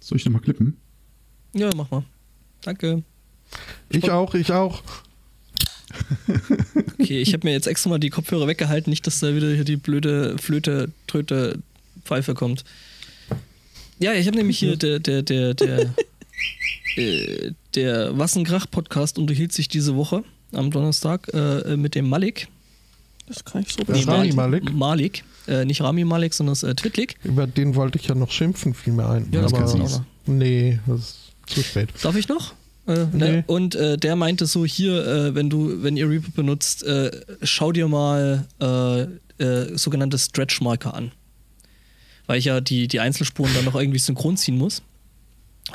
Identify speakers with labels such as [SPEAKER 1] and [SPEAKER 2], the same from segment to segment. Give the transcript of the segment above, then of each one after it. [SPEAKER 1] Soll ich nochmal klippen?
[SPEAKER 2] Ja, mach mal. Danke.
[SPEAKER 1] Ich auch, ich auch.
[SPEAKER 2] Okay, ich habe mir jetzt extra mal die Kopfhörer weggehalten, nicht, dass da wieder hier die blöde Flöte, Tröte, Pfeife kommt. Ja, ich habe nämlich hier der, der, der, der, äh, der Wassenkrach-Podcast unterhielt sich diese Woche am Donnerstag äh, mit dem Malik.
[SPEAKER 3] Das kann ich so
[SPEAKER 1] Das war
[SPEAKER 2] Malik.
[SPEAKER 1] die Malik.
[SPEAKER 2] Malik. Äh, nicht Rami Malik, sondern äh, Twitlik.
[SPEAKER 4] Über den wollte ich ja noch schimpfen, fiel mir ein.
[SPEAKER 2] Ja, das
[SPEAKER 4] aber
[SPEAKER 2] kannst du auch noch.
[SPEAKER 4] nee, das ist zu spät.
[SPEAKER 2] Darf ich noch? Äh, ne? Und äh, der meinte so hier, äh, wenn du, wenn ihr Reaper benutzt, äh, schau dir mal äh, äh, sogenannte Stretch-Marker an. Weil ich ja die, die Einzelspuren dann noch irgendwie synchron ziehen muss.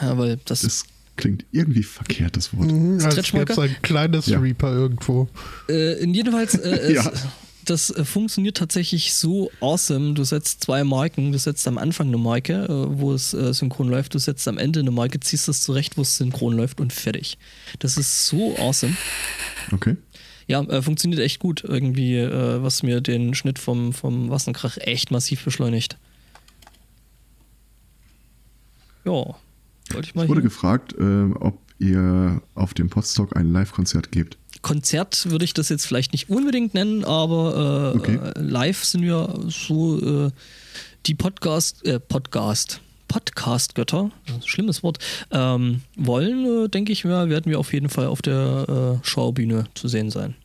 [SPEAKER 2] Ja, weil das,
[SPEAKER 1] Das klingt irgendwie verkehrt, das Wort.
[SPEAKER 4] Mhm, als
[SPEAKER 2] Stretchmarker?
[SPEAKER 4] gäbe es ein kleines
[SPEAKER 1] Ja.
[SPEAKER 4] Reaper irgendwo.
[SPEAKER 2] Äh, in jedenfalls, äh,
[SPEAKER 1] Ja.
[SPEAKER 2] es, das äh, funktioniert tatsächlich so awesome. Du setzt zwei Marken, du setzt am Anfang eine Marke, äh, wo es äh, synchron läuft, du setzt am Ende eine Marke, ziehst das zurecht, wo es synchron läuft und fertig. Das ist so awesome.
[SPEAKER 1] Okay.
[SPEAKER 2] Ja, äh, funktioniert echt gut irgendwie, äh, was mir den Schnitt vom, vom Wassenkrach echt massiv beschleunigt. Ja, wollte ich mal
[SPEAKER 1] Ich wurde
[SPEAKER 2] hier.
[SPEAKER 1] gefragt, äh, ob ihr auf dem Podstock ein Live-Konzert gebt.
[SPEAKER 2] Konzert würde ich das jetzt vielleicht nicht unbedingt nennen, aber äh,
[SPEAKER 1] Okay.
[SPEAKER 2] äh, live sind wir so äh, die Podcast, äh, Podcast, Podcast-Götter, das ist ein schlimmes Wort, ähm, wollen, äh, denke ich mal, werden wir auf jeden Fall auf der äh, Schaubühne zu sehen sein.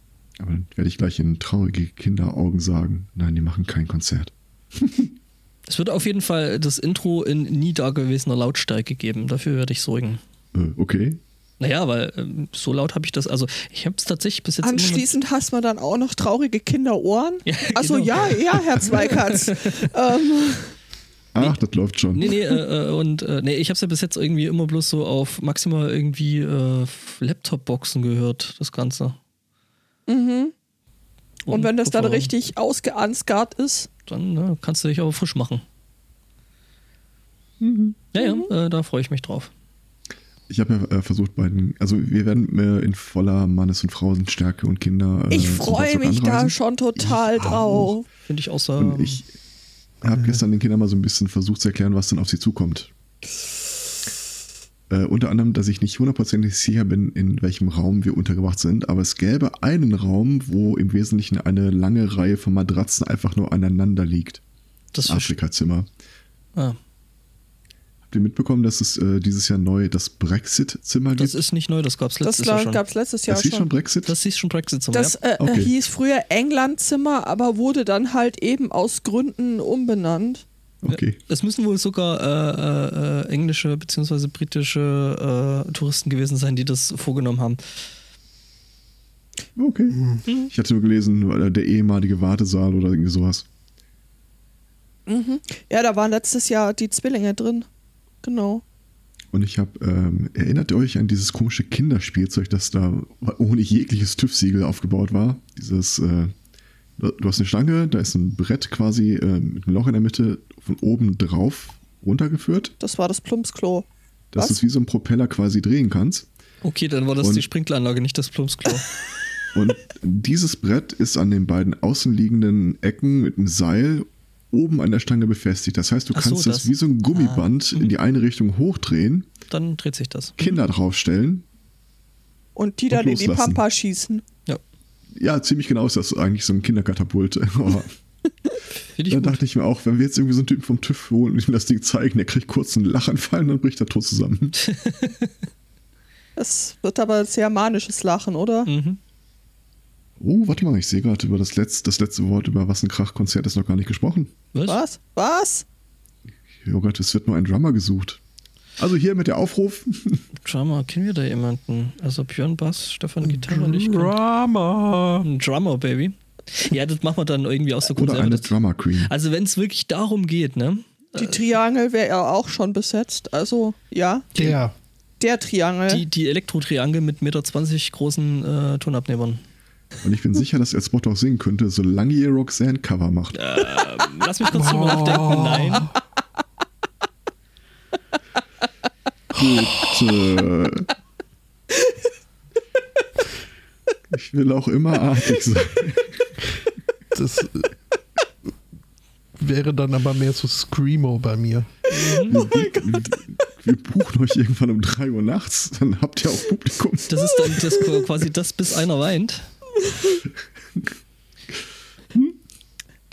[SPEAKER 1] Aber dann werde ich gleich in traurige Kinderaugen sagen, nein, die machen kein Konzert.
[SPEAKER 2] Es wird auf jeden Fall das Intro in nie dagewesener Lautstärke geben. Dafür werde ich sorgen.
[SPEAKER 1] Äh, okay.
[SPEAKER 2] Naja, weil ähm, so laut habe ich das. Also, ich habe es tatsächlich bis jetzt. immer noch-
[SPEAKER 3] Anschließend hast man dann auch noch traurige Kinderohren.
[SPEAKER 2] Ja,
[SPEAKER 3] Achso,
[SPEAKER 2] genau.
[SPEAKER 3] ja, ja, Herr Zweikatz. ähm,
[SPEAKER 1] Ach, das läuft schon.
[SPEAKER 2] Nee, nee, äh, äh, und äh, nee, ich habe es ja bis jetzt irgendwie immer bloß so auf maximal irgendwie äh, Laptop-Boxen gehört, das Ganze.
[SPEAKER 3] mhm. Und wenn das dann
[SPEAKER 2] Kopfhörer.
[SPEAKER 3] richtig ausgeansgart ist,
[SPEAKER 2] Dann ne, kannst du dich aber frisch machen.
[SPEAKER 3] Mhm.
[SPEAKER 2] Ja, ja, äh, da freue ich mich drauf.
[SPEAKER 1] Ich habe ja äh, versucht, beiden, also wir werden äh, in voller Mannes- und Frauenstärke und Kinder. Äh,
[SPEAKER 3] ich
[SPEAKER 1] zum
[SPEAKER 3] freue
[SPEAKER 1] Podstock
[SPEAKER 3] mich da
[SPEAKER 1] anreisen.
[SPEAKER 3] schon total drauf.
[SPEAKER 2] Finde ich außer.
[SPEAKER 1] Und ich
[SPEAKER 2] Äh.
[SPEAKER 1] habe gestern den Kindern mal so ein bisschen versucht zu erklären, was dann auf sie zukommt. Äh, unter anderem, dass ich nicht hundertprozentig sicher bin, in welchem Raum wir untergebracht sind, aber es gäbe einen Raum, wo im Wesentlichen eine lange Reihe von Matratzen einfach nur aneinander liegt.
[SPEAKER 2] ähm, das verste-
[SPEAKER 1] Afrika-Zimmer.
[SPEAKER 2] ah,
[SPEAKER 1] Habt ihr mitbekommen, dass es äh, dieses Jahr neu das Brexit-Zimmer gibt?
[SPEAKER 2] das ist nicht neu, das gab es
[SPEAKER 3] Das
[SPEAKER 2] letztes Jahr schon.
[SPEAKER 3] gab es letztes Jahr
[SPEAKER 1] das hieß
[SPEAKER 3] schon.
[SPEAKER 1] schon Brexit?
[SPEAKER 2] Das ist schon Brexit zum
[SPEAKER 3] Das
[SPEAKER 2] ja.
[SPEAKER 3] äh,
[SPEAKER 1] Okay.
[SPEAKER 3] hieß früher Englandzimmer, aber wurde dann halt eben aus Gründen umbenannt.
[SPEAKER 1] okay.
[SPEAKER 2] Es müssen wohl sogar äh, äh, äh, englische bzw. britische äh, Touristen gewesen sein, die das vorgenommen haben.
[SPEAKER 1] Okay.
[SPEAKER 2] Mhm.
[SPEAKER 1] Ich hatte nur gelesen, äh, der ehemalige Wartesaal oder irgendwie sowas.
[SPEAKER 3] Ja, da waren letztes Jahr die Zwillinge drin. Genau.
[SPEAKER 1] Und ich habe, ähm, erinnert ihr euch an dieses komische Kinderspielzeug, das da ohne jegliches TÜV-Siegel aufgebaut war? Dieses, äh, du du hast eine Stange, da ist ein Brett quasi äh, mit einem Loch in der Mitte von oben drauf runtergeführt,
[SPEAKER 3] Das war das Plumpsklo.
[SPEAKER 1] dass
[SPEAKER 3] Was?
[SPEAKER 1] du es wie so ein Propeller quasi drehen kannst.
[SPEAKER 2] Okay, dann war das
[SPEAKER 1] Und-
[SPEAKER 2] die Sprinkleranlage, nicht das Plumpsklo.
[SPEAKER 1] Und dieses Brett ist an den beiden außenliegenden Ecken mit einem Seil oben an der Stange befestigt. Das heißt, du
[SPEAKER 2] Ach so,
[SPEAKER 1] kannst das,
[SPEAKER 2] das. Ah, mhm.
[SPEAKER 1] wie so ein Gummiband in die eine Richtung hochdrehen,
[SPEAKER 2] dann dreht sich das.
[SPEAKER 1] Kinder draufstellen
[SPEAKER 3] Und die dann in die
[SPEAKER 1] loslassen.
[SPEAKER 3] Pampa schießen.
[SPEAKER 2] Ja,
[SPEAKER 1] Ja, ziemlich genau ist das eigentlich so ein Kinderkatapult. Aber
[SPEAKER 2] finde ich
[SPEAKER 1] da
[SPEAKER 2] gut.
[SPEAKER 1] dachte ich mir auch, wenn wir jetzt irgendwie so einen Typen vom TÜV holen und ihm das Ding zeigen, der kriegt kurz einen Lachanfall und dann bricht er tot zusammen.
[SPEAKER 3] Das wird aber sehr manisches Lachen, oder?
[SPEAKER 2] Mhm.
[SPEAKER 1] Oh, warte mal, ich sehe gerade über das letzte, das letzte Wort über was ein Krach-Konzert ist noch gar nicht gesprochen.
[SPEAKER 2] Was?
[SPEAKER 3] Was? Was?
[SPEAKER 1] Oh Gott, es wird nur ein Drummer gesucht. Also hier mit der Aufruf.
[SPEAKER 2] Drummer, kennen wir da jemanden? Also Björn Bass, Stefan Gitarre und ich. kenn-
[SPEAKER 4] Drama!
[SPEAKER 2] Ein Drummer, Baby. Ja, das machen wir dann irgendwie aus der
[SPEAKER 1] Oder
[SPEAKER 2] Konserve.
[SPEAKER 1] eine
[SPEAKER 2] Das-
[SPEAKER 1] Drummer Queen.
[SPEAKER 2] Also wenn es wirklich darum geht, ne?
[SPEAKER 3] Die Triangel wäre ja auch schon besetzt. Also, ja.
[SPEAKER 4] Der.
[SPEAKER 3] Der Triangel.
[SPEAKER 2] Die, die Elektro-Triangel mit 1,20 Meter großen äh, Tonabnehmern.
[SPEAKER 1] Und ich bin sicher, dass er Spot auch singen könnte, solange ihr Roxanne-Cover macht.
[SPEAKER 2] Lass mich kurz drüber nachdenken. Nein.
[SPEAKER 1] Bitte. Ich will auch immer artig sein.
[SPEAKER 4] Das äh, wäre dann aber mehr so Screamo bei mir.
[SPEAKER 1] Wie, wie, wir buchen euch irgendwann um 3 Uhr nachts, dann habt ihr auch Publikum.
[SPEAKER 2] Das ist dann das, quasi das, bis einer weint.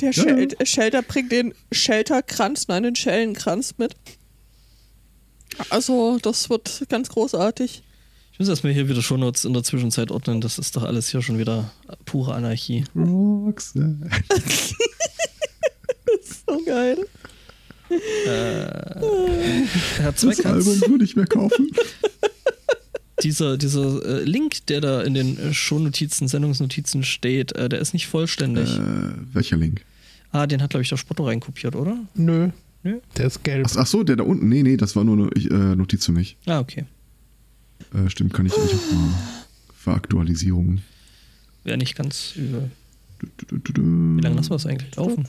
[SPEAKER 3] Der
[SPEAKER 1] Ja,
[SPEAKER 3] Schel Shelter bringt den Shelterkranz, nein, den Schellenkranz mit. Also, das wird ganz großartig.
[SPEAKER 2] Ich muss erstmal hier wieder Shownotes in der Zwischenzeit ordnen. Das ist doch alles hier schon wieder pure Anarchie.
[SPEAKER 1] Roxanne.
[SPEAKER 3] So Oh, geil.
[SPEAKER 2] Äh, Herr
[SPEAKER 1] Das
[SPEAKER 2] Zweckatz,
[SPEAKER 1] Album würde ich mehr kaufen.
[SPEAKER 2] dieser, dieser äh, Link, der da in den äh, Shownotizen, Sendungsnotizen steht, äh, der ist nicht vollständig.
[SPEAKER 1] äh, welcher Link?
[SPEAKER 2] Ah, den hat, glaube ich, der Spotto reinkopiert, oder?
[SPEAKER 4] Nö.
[SPEAKER 2] Nö.
[SPEAKER 4] Der ist gelb.
[SPEAKER 1] Ach, ach so, der da unten. Nee, nee, das war nur eine ich, äh, Notiz für mich.
[SPEAKER 2] Ah, okay.
[SPEAKER 1] Äh, stimmt, kann ich nicht auch mal für Aktualisierungen.
[SPEAKER 2] Wäre nicht ganz übel.
[SPEAKER 1] Du, du, du, du.
[SPEAKER 2] Wie lange lassen wir es eigentlich laufen?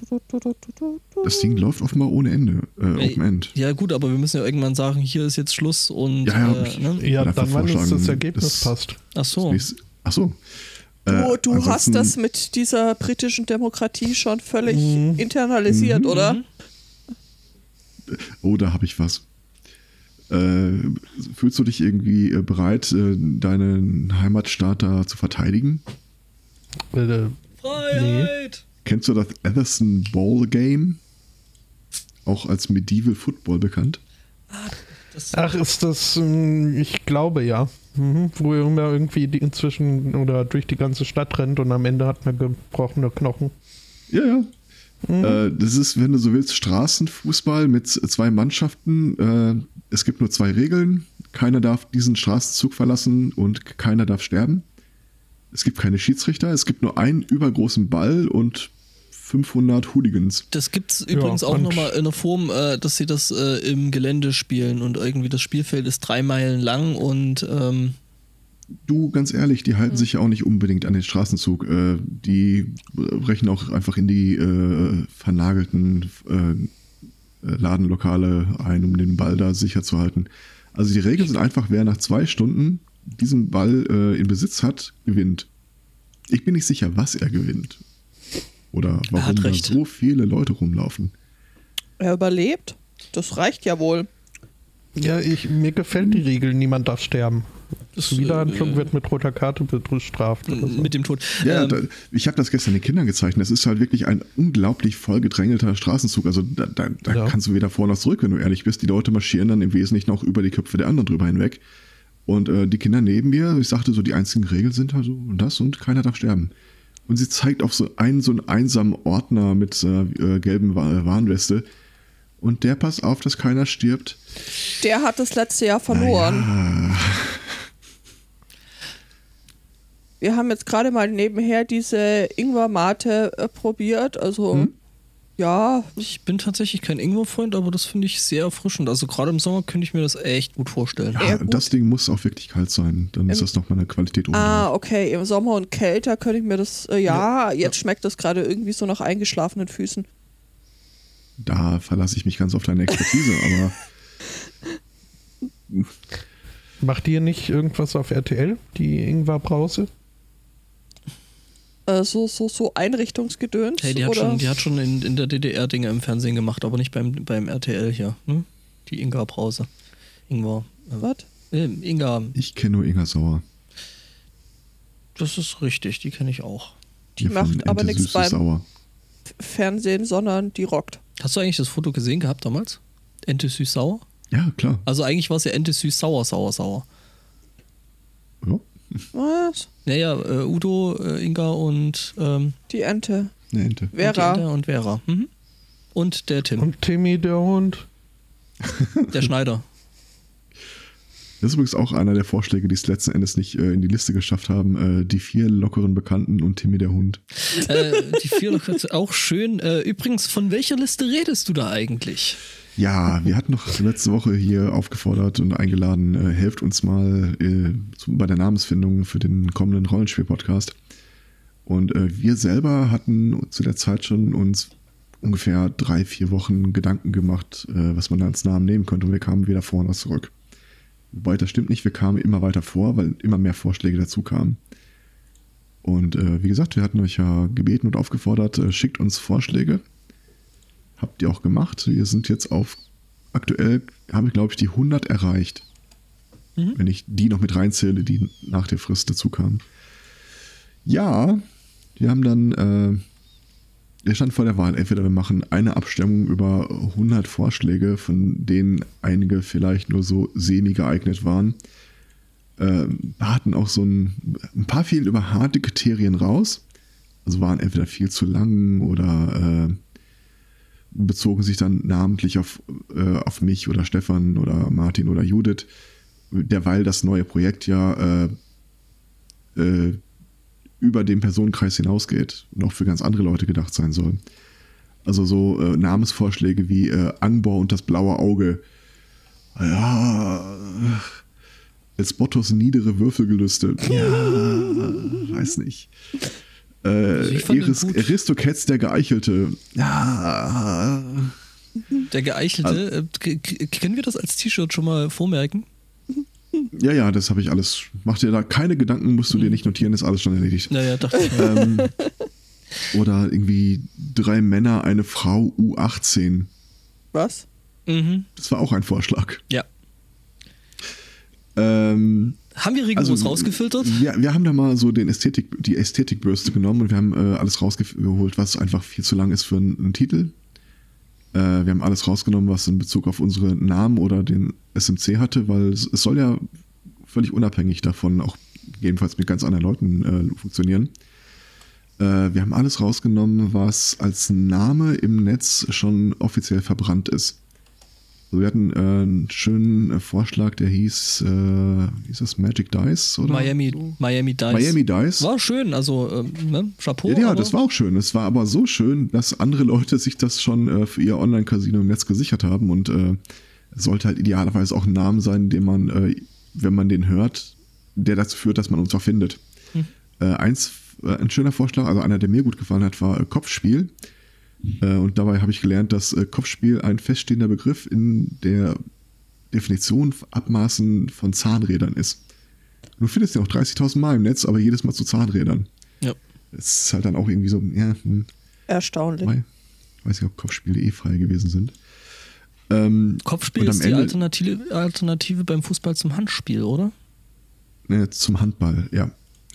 [SPEAKER 1] Das Ding läuft offenbar ohne Ende. Äh,
[SPEAKER 2] Ey.
[SPEAKER 1] Open End.
[SPEAKER 2] Ja, gut, aber wir müssen ja irgendwann sagen, hier ist jetzt Schluss und.
[SPEAKER 1] Ja, ja, hab
[SPEAKER 2] äh,
[SPEAKER 1] ich-
[SPEAKER 2] ne?
[SPEAKER 4] Ja,
[SPEAKER 1] Oder einfach
[SPEAKER 4] dann wann uns das
[SPEAKER 1] vorschlagen,
[SPEAKER 4] Ergebnis
[SPEAKER 1] das-
[SPEAKER 4] passt.
[SPEAKER 2] Ach so.
[SPEAKER 1] Nächst- Ach so.
[SPEAKER 3] Du,
[SPEAKER 1] Äh,
[SPEAKER 3] du hast
[SPEAKER 1] ansonsten-
[SPEAKER 3] das mit dieser britischen Demokratie schon völlig
[SPEAKER 2] Mhm.
[SPEAKER 3] internalisiert, oder?
[SPEAKER 1] Oh, da habe ich was. Äh, fühlst du dich irgendwie äh, bereit, äh, deinen Heimatstaat da zu verteidigen?
[SPEAKER 4] Äh,
[SPEAKER 2] Freiheit!
[SPEAKER 1] Kennst du das Atherson Ball Game? Auch als Medieval Football bekannt.
[SPEAKER 2] Das,
[SPEAKER 4] Ach, ist das, ähm, ich glaube ja. Mhm. Wo er immer irgendwie die inzwischen oder durch die ganze Stadt rennt und am Ende hat man gebrochene Knochen.
[SPEAKER 1] Ja, ja. Äh, das ist, wenn du so willst, Straßenfußball mit zwei Mannschaften. Äh, es gibt nur zwei Regeln. Keiner darf diesen Straßenzug verlassen und keiner darf sterben. Es gibt keine Schiedsrichter. Es gibt nur einen übergroßen Ball und 500 Hooligans.
[SPEAKER 2] das gibt's übrigens auch
[SPEAKER 4] und-
[SPEAKER 2] nochmal in der Form, äh, dass sie das äh, im Gelände spielen und irgendwie das Spielfeld ist drei Meilen lang und ähm,
[SPEAKER 1] Du, ganz ehrlich, die halten sich ja auch nicht unbedingt an den Straßenzug. Äh, die brechen auch einfach in die äh, vernagelten äh, Ladenlokale ein, um den Ball da sicher zu halten. Also die Regeln sind einfach, wer nach zwei Stunden diesen Ball äh, in Besitz hat, gewinnt. Ich bin nicht sicher, was er gewinnt. Oder warum
[SPEAKER 2] hat
[SPEAKER 1] da
[SPEAKER 2] recht.
[SPEAKER 1] so viele Leute rumlaufen.
[SPEAKER 3] Er überlebt. Das reicht ja wohl.
[SPEAKER 4] Ja, ich, mir gefällt die Regel, niemand darf sterben.
[SPEAKER 2] Das,
[SPEAKER 4] Wiederhandlung
[SPEAKER 2] äh,
[SPEAKER 4] wird mit roter Karte bestraft. oder so.
[SPEAKER 2] mit dem Tod.
[SPEAKER 1] Ja,
[SPEAKER 2] ähm,
[SPEAKER 1] da, ich habe das gestern den Kindern gezeigt. Das ist halt wirklich ein unglaublich vollgedrängelter Straßenzug. Also da, da, da
[SPEAKER 4] Ja.
[SPEAKER 1] kannst du weder vor noch zurück, wenn du ehrlich bist. Die Leute marschieren dann im Wesentlichen auch über die Köpfe der anderen drüber hinweg. Und äh, die Kinder neben mir, ich sagte so, die einzigen Regeln sind halt so das und keiner darf sterben. Und sie zeigt auf so einen, so einen einsamen Ordner mit äh, äh, gelben Wa- Warnweste. Und der passt auf, dass keiner stirbt.
[SPEAKER 3] Der hat das letzte Jahr verloren. Wir haben jetzt gerade mal nebenher diese Ingwer-Mate äh, probiert. Also,
[SPEAKER 2] Mhm.
[SPEAKER 3] ja,
[SPEAKER 2] ich bin tatsächlich kein Ingwer-Freund, aber das finde ich sehr erfrischend. Also gerade im Sommer könnte ich mir das echt gut vorstellen.
[SPEAKER 1] Ja,
[SPEAKER 3] Ja, gut. Ähm,
[SPEAKER 1] das Ding muss auch wirklich kalt sein. Dann ist das nochmal eine Qualität oben. drauf.
[SPEAKER 3] Ah, okay. Im Sommer und kälter könnte ich mir das. Äh, ja, jetzt schmeckt das gerade irgendwie so nach eingeschlafenen Füßen.
[SPEAKER 1] Da verlasse ich mich ganz auf deine Expertise, aber
[SPEAKER 4] Macht ihr nicht irgendwas auf RTL, die Ingwerbrause?
[SPEAKER 3] Äh, so, so, so Einrichtungsgedöns.
[SPEAKER 2] Hey, die hat
[SPEAKER 3] oder?
[SPEAKER 2] schon, die hat schon in, in der DDR Dinge im Fernsehen gemacht, aber nicht beim, beim RTL hier. Ne? Die Inga Brause. Ingwer. Äh,
[SPEAKER 3] Was?
[SPEAKER 2] ähm, Inga,
[SPEAKER 1] ich kenne nur Inga Sauer.
[SPEAKER 2] das ist richtig, die kenne ich auch.
[SPEAKER 3] Die
[SPEAKER 1] Hier von
[SPEAKER 3] macht aber
[SPEAKER 1] Ente
[SPEAKER 3] nichts
[SPEAKER 1] Süße
[SPEAKER 3] beim-
[SPEAKER 1] Sauer.
[SPEAKER 3] Fernsehen, sondern die rockt.
[SPEAKER 2] Hast du eigentlich das Foto gesehen gehabt damals? Ente süß sauer?
[SPEAKER 1] Ja, klar.
[SPEAKER 2] Also eigentlich war es ja Ente süß sauer, sauer, sauer.
[SPEAKER 1] Ja.
[SPEAKER 3] Was?
[SPEAKER 2] Naja, äh, Udo, äh, Inga und, ähm,
[SPEAKER 3] Die Ente.
[SPEAKER 1] Eine Ente.
[SPEAKER 2] und, die
[SPEAKER 3] Vera.
[SPEAKER 2] Ente und Vera. Mhm. Und der Tim,
[SPEAKER 4] Und Timmy, der Hund.
[SPEAKER 1] Mhm.
[SPEAKER 2] der Schneider.
[SPEAKER 1] Das ist übrigens auch einer der Vorschläge, die es letzten Endes nicht äh, in die Liste geschafft haben. Äh, die vier lockeren Bekannten und Timmy der Hund.
[SPEAKER 2] äh, die vier noch kurz, auch schön. Äh, übrigens, von welcher Liste redest du da eigentlich?
[SPEAKER 1] Ja, wir hatten noch letzte Woche hier aufgefordert und eingeladen, äh, helft uns mal äh, zu, bei der Namensfindung für den kommenden Rollenspiel-Podcast. Und äh, wir selber hatten zu der Zeit schon uns ungefähr drei, vier Wochen Gedanken gemacht, äh, was man da als Namen nehmen könnte. Und wir kamen weder vor noch zurück. Wobei, das stimmt nicht, wir kamen immer weiter vor, weil immer mehr Vorschläge dazu kamen. Und äh, wie gesagt, wir hatten euch ja gebeten und aufgefordert, äh, schickt uns Vorschläge. Habt ihr auch gemacht. Wir sind jetzt auf aktuell habe ich, glaube ich, die 100 erreicht.
[SPEAKER 2] Mhm.
[SPEAKER 1] Wenn ich die noch mit reinzähle, die nach der Frist dazu kamen. Ja, wir haben dann, äh, der stand vor der Wahl. Entweder wir machen eine Abstimmung über 100 Vorschläge, von denen einige vielleicht nur so semi geeignet waren. Ähm, hatten auch so ein, ein paar fielen über harte Kriterien raus. Also waren entweder viel zu lang oder äh, bezogen sich dann namentlich auf, äh, auf mich oder Stefan oder Martin oder Judith, derweil das neue Projekt ja äh, äh, über den Personenkreis hinausgeht und auch für ganz andere Leute gedacht sein soll. Also so äh, Namensvorschläge wie äh, Angbor und das blaue Auge. Ja, äh, als Bottos niedere Würfelgelüste. Ja, weiß nicht.
[SPEAKER 2] Also
[SPEAKER 1] Äh,
[SPEAKER 2] ich fand den
[SPEAKER 1] Eris,
[SPEAKER 2] gut.
[SPEAKER 1] Aristokets der Geeichelte. Ja.
[SPEAKER 2] Der Geeichelte, äh,
[SPEAKER 1] Also-
[SPEAKER 2] k- k- können wir das als T-Shirt schon mal vormerken?
[SPEAKER 1] ja, ja, das habe ich alles. Mach dir da keine Gedanken, musst du dir nicht notieren, ist alles schon erledigt.
[SPEAKER 2] Naja, dachte ich mir.
[SPEAKER 1] ähm, oder irgendwie drei Männer, eine Frau, U18.
[SPEAKER 3] Was?
[SPEAKER 2] mhm.
[SPEAKER 1] Das war auch ein Vorschlag.
[SPEAKER 2] Ja.
[SPEAKER 1] Ähm,
[SPEAKER 2] Haben wir rigoros
[SPEAKER 1] also
[SPEAKER 2] rausgefiltert?
[SPEAKER 1] Wir, wir haben da mal so den Ästhetik, die Ästhetikbürste genommen und wir haben äh, alles rausgeholt, was einfach viel zu lang ist für einen, einen Titel. Äh, wir haben alles rausgenommen, was in Bezug auf unsere Namen oder den SMC hatte, weil es, es soll ja völlig unabhängig davon auch jedenfalls mit ganz anderen Leuten äh, funktionieren. Äh, wir haben alles rausgenommen, was als Name im Netz schon offiziell verbrannt ist. Also wir hatten äh, einen schönen äh, Vorschlag, der hieß, äh, wie hieß das Magic Dice oder?
[SPEAKER 2] Miami, Miami Dice.
[SPEAKER 1] Miami Dice.
[SPEAKER 2] War schön, also ähm, ne? Chapeau.
[SPEAKER 1] ja, ja,
[SPEAKER 2] aber-
[SPEAKER 1] das war auch schön. Es war aber so schön, dass andere Leute sich das schon äh, für ihr Online-Casino im Netz gesichert haben und äh, es sollte halt idealerweise auch ein Name sein, den man, äh, wenn man den hört, der dazu führt, dass man uns auch findet. Äh, eins, äh, ein schöner Vorschlag, also einer, der mir gut gefallen hat, war äh, Kopfspiel. Äh, und dabei habe ich gelernt, dass äh, Kopfspiel ein feststehender Begriff in der Definition abmaßen von Zahnrädern ist. Du findest ja auch 30.000 Mal im Netz, aber jedes Mal zu Zahnrädern.
[SPEAKER 2] Ja.
[SPEAKER 1] Es ist halt dann auch irgendwie so, ja, hm,
[SPEAKER 3] Erstaunlich.
[SPEAKER 1] wobei, weiß nicht, ob Kopfspiele eh frei gewesen sind. Ähm,
[SPEAKER 2] Kopfspiel
[SPEAKER 1] Und am
[SPEAKER 2] ist die
[SPEAKER 1] Ende-
[SPEAKER 2] Alternative, Alternative beim Fußball zum Handspiel, oder?
[SPEAKER 1] äh, zum Handball, ja.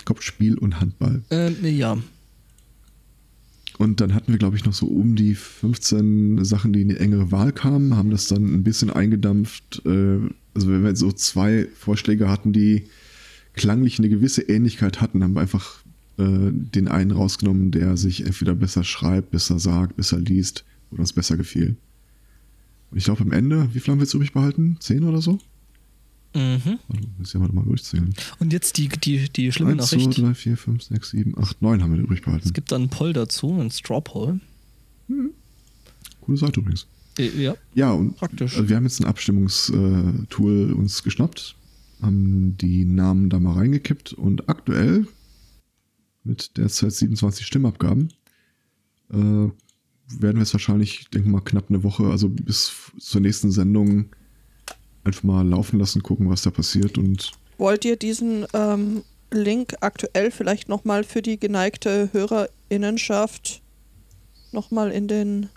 [SPEAKER 1] Kopfspiel und Handball.
[SPEAKER 2] Ähm, ja.
[SPEAKER 1] Und dann hatten wir, glaube ich, noch so um die 15 Sachen, die in die engere Wahl kamen, haben das dann ein bisschen eingedampft. Äh, also wenn wir so zwei Vorschläge hatten, die klanglich eine gewisse Ähnlichkeit hatten, haben wir einfach äh, den einen rausgenommen, der sich entweder besser schreibt, besser sagt, besser liest oder uns besser gefiel. Und ich glaube am Ende, wie viel haben wir jetzt übrig behalten? Zehn oder so?
[SPEAKER 2] Mhm.
[SPEAKER 1] Warte, müssen wir mal durchzählen.
[SPEAKER 2] Und jetzt die, die, die schlimme
[SPEAKER 1] Eins, zwei,
[SPEAKER 2] Nachricht.
[SPEAKER 1] drei, vier, fünf, sechs, sieben, acht, neun haben wir übrig behalten.
[SPEAKER 2] Es gibt da einen Poll dazu, einen Straw Poll.
[SPEAKER 1] Coole Seite übrigens.
[SPEAKER 2] Äh, ja.
[SPEAKER 1] Ja, und
[SPEAKER 2] Praktisch.
[SPEAKER 1] Also wir haben jetzt ein Abstimmungstool uns geschnappt, haben die Namen da mal reingekippt und aktuell mit derzeit 27 Stimmabgaben äh, werden wir es wahrscheinlich, ich denke mal, knapp eine Woche, also bis f- zur nächsten Sendung einfach mal laufen lassen, gucken, was da passiert und
[SPEAKER 3] Wollt ihr diesen ähm, Link aktuell vielleicht nochmal für die geneigte Hörerinnenschaft nochmal in den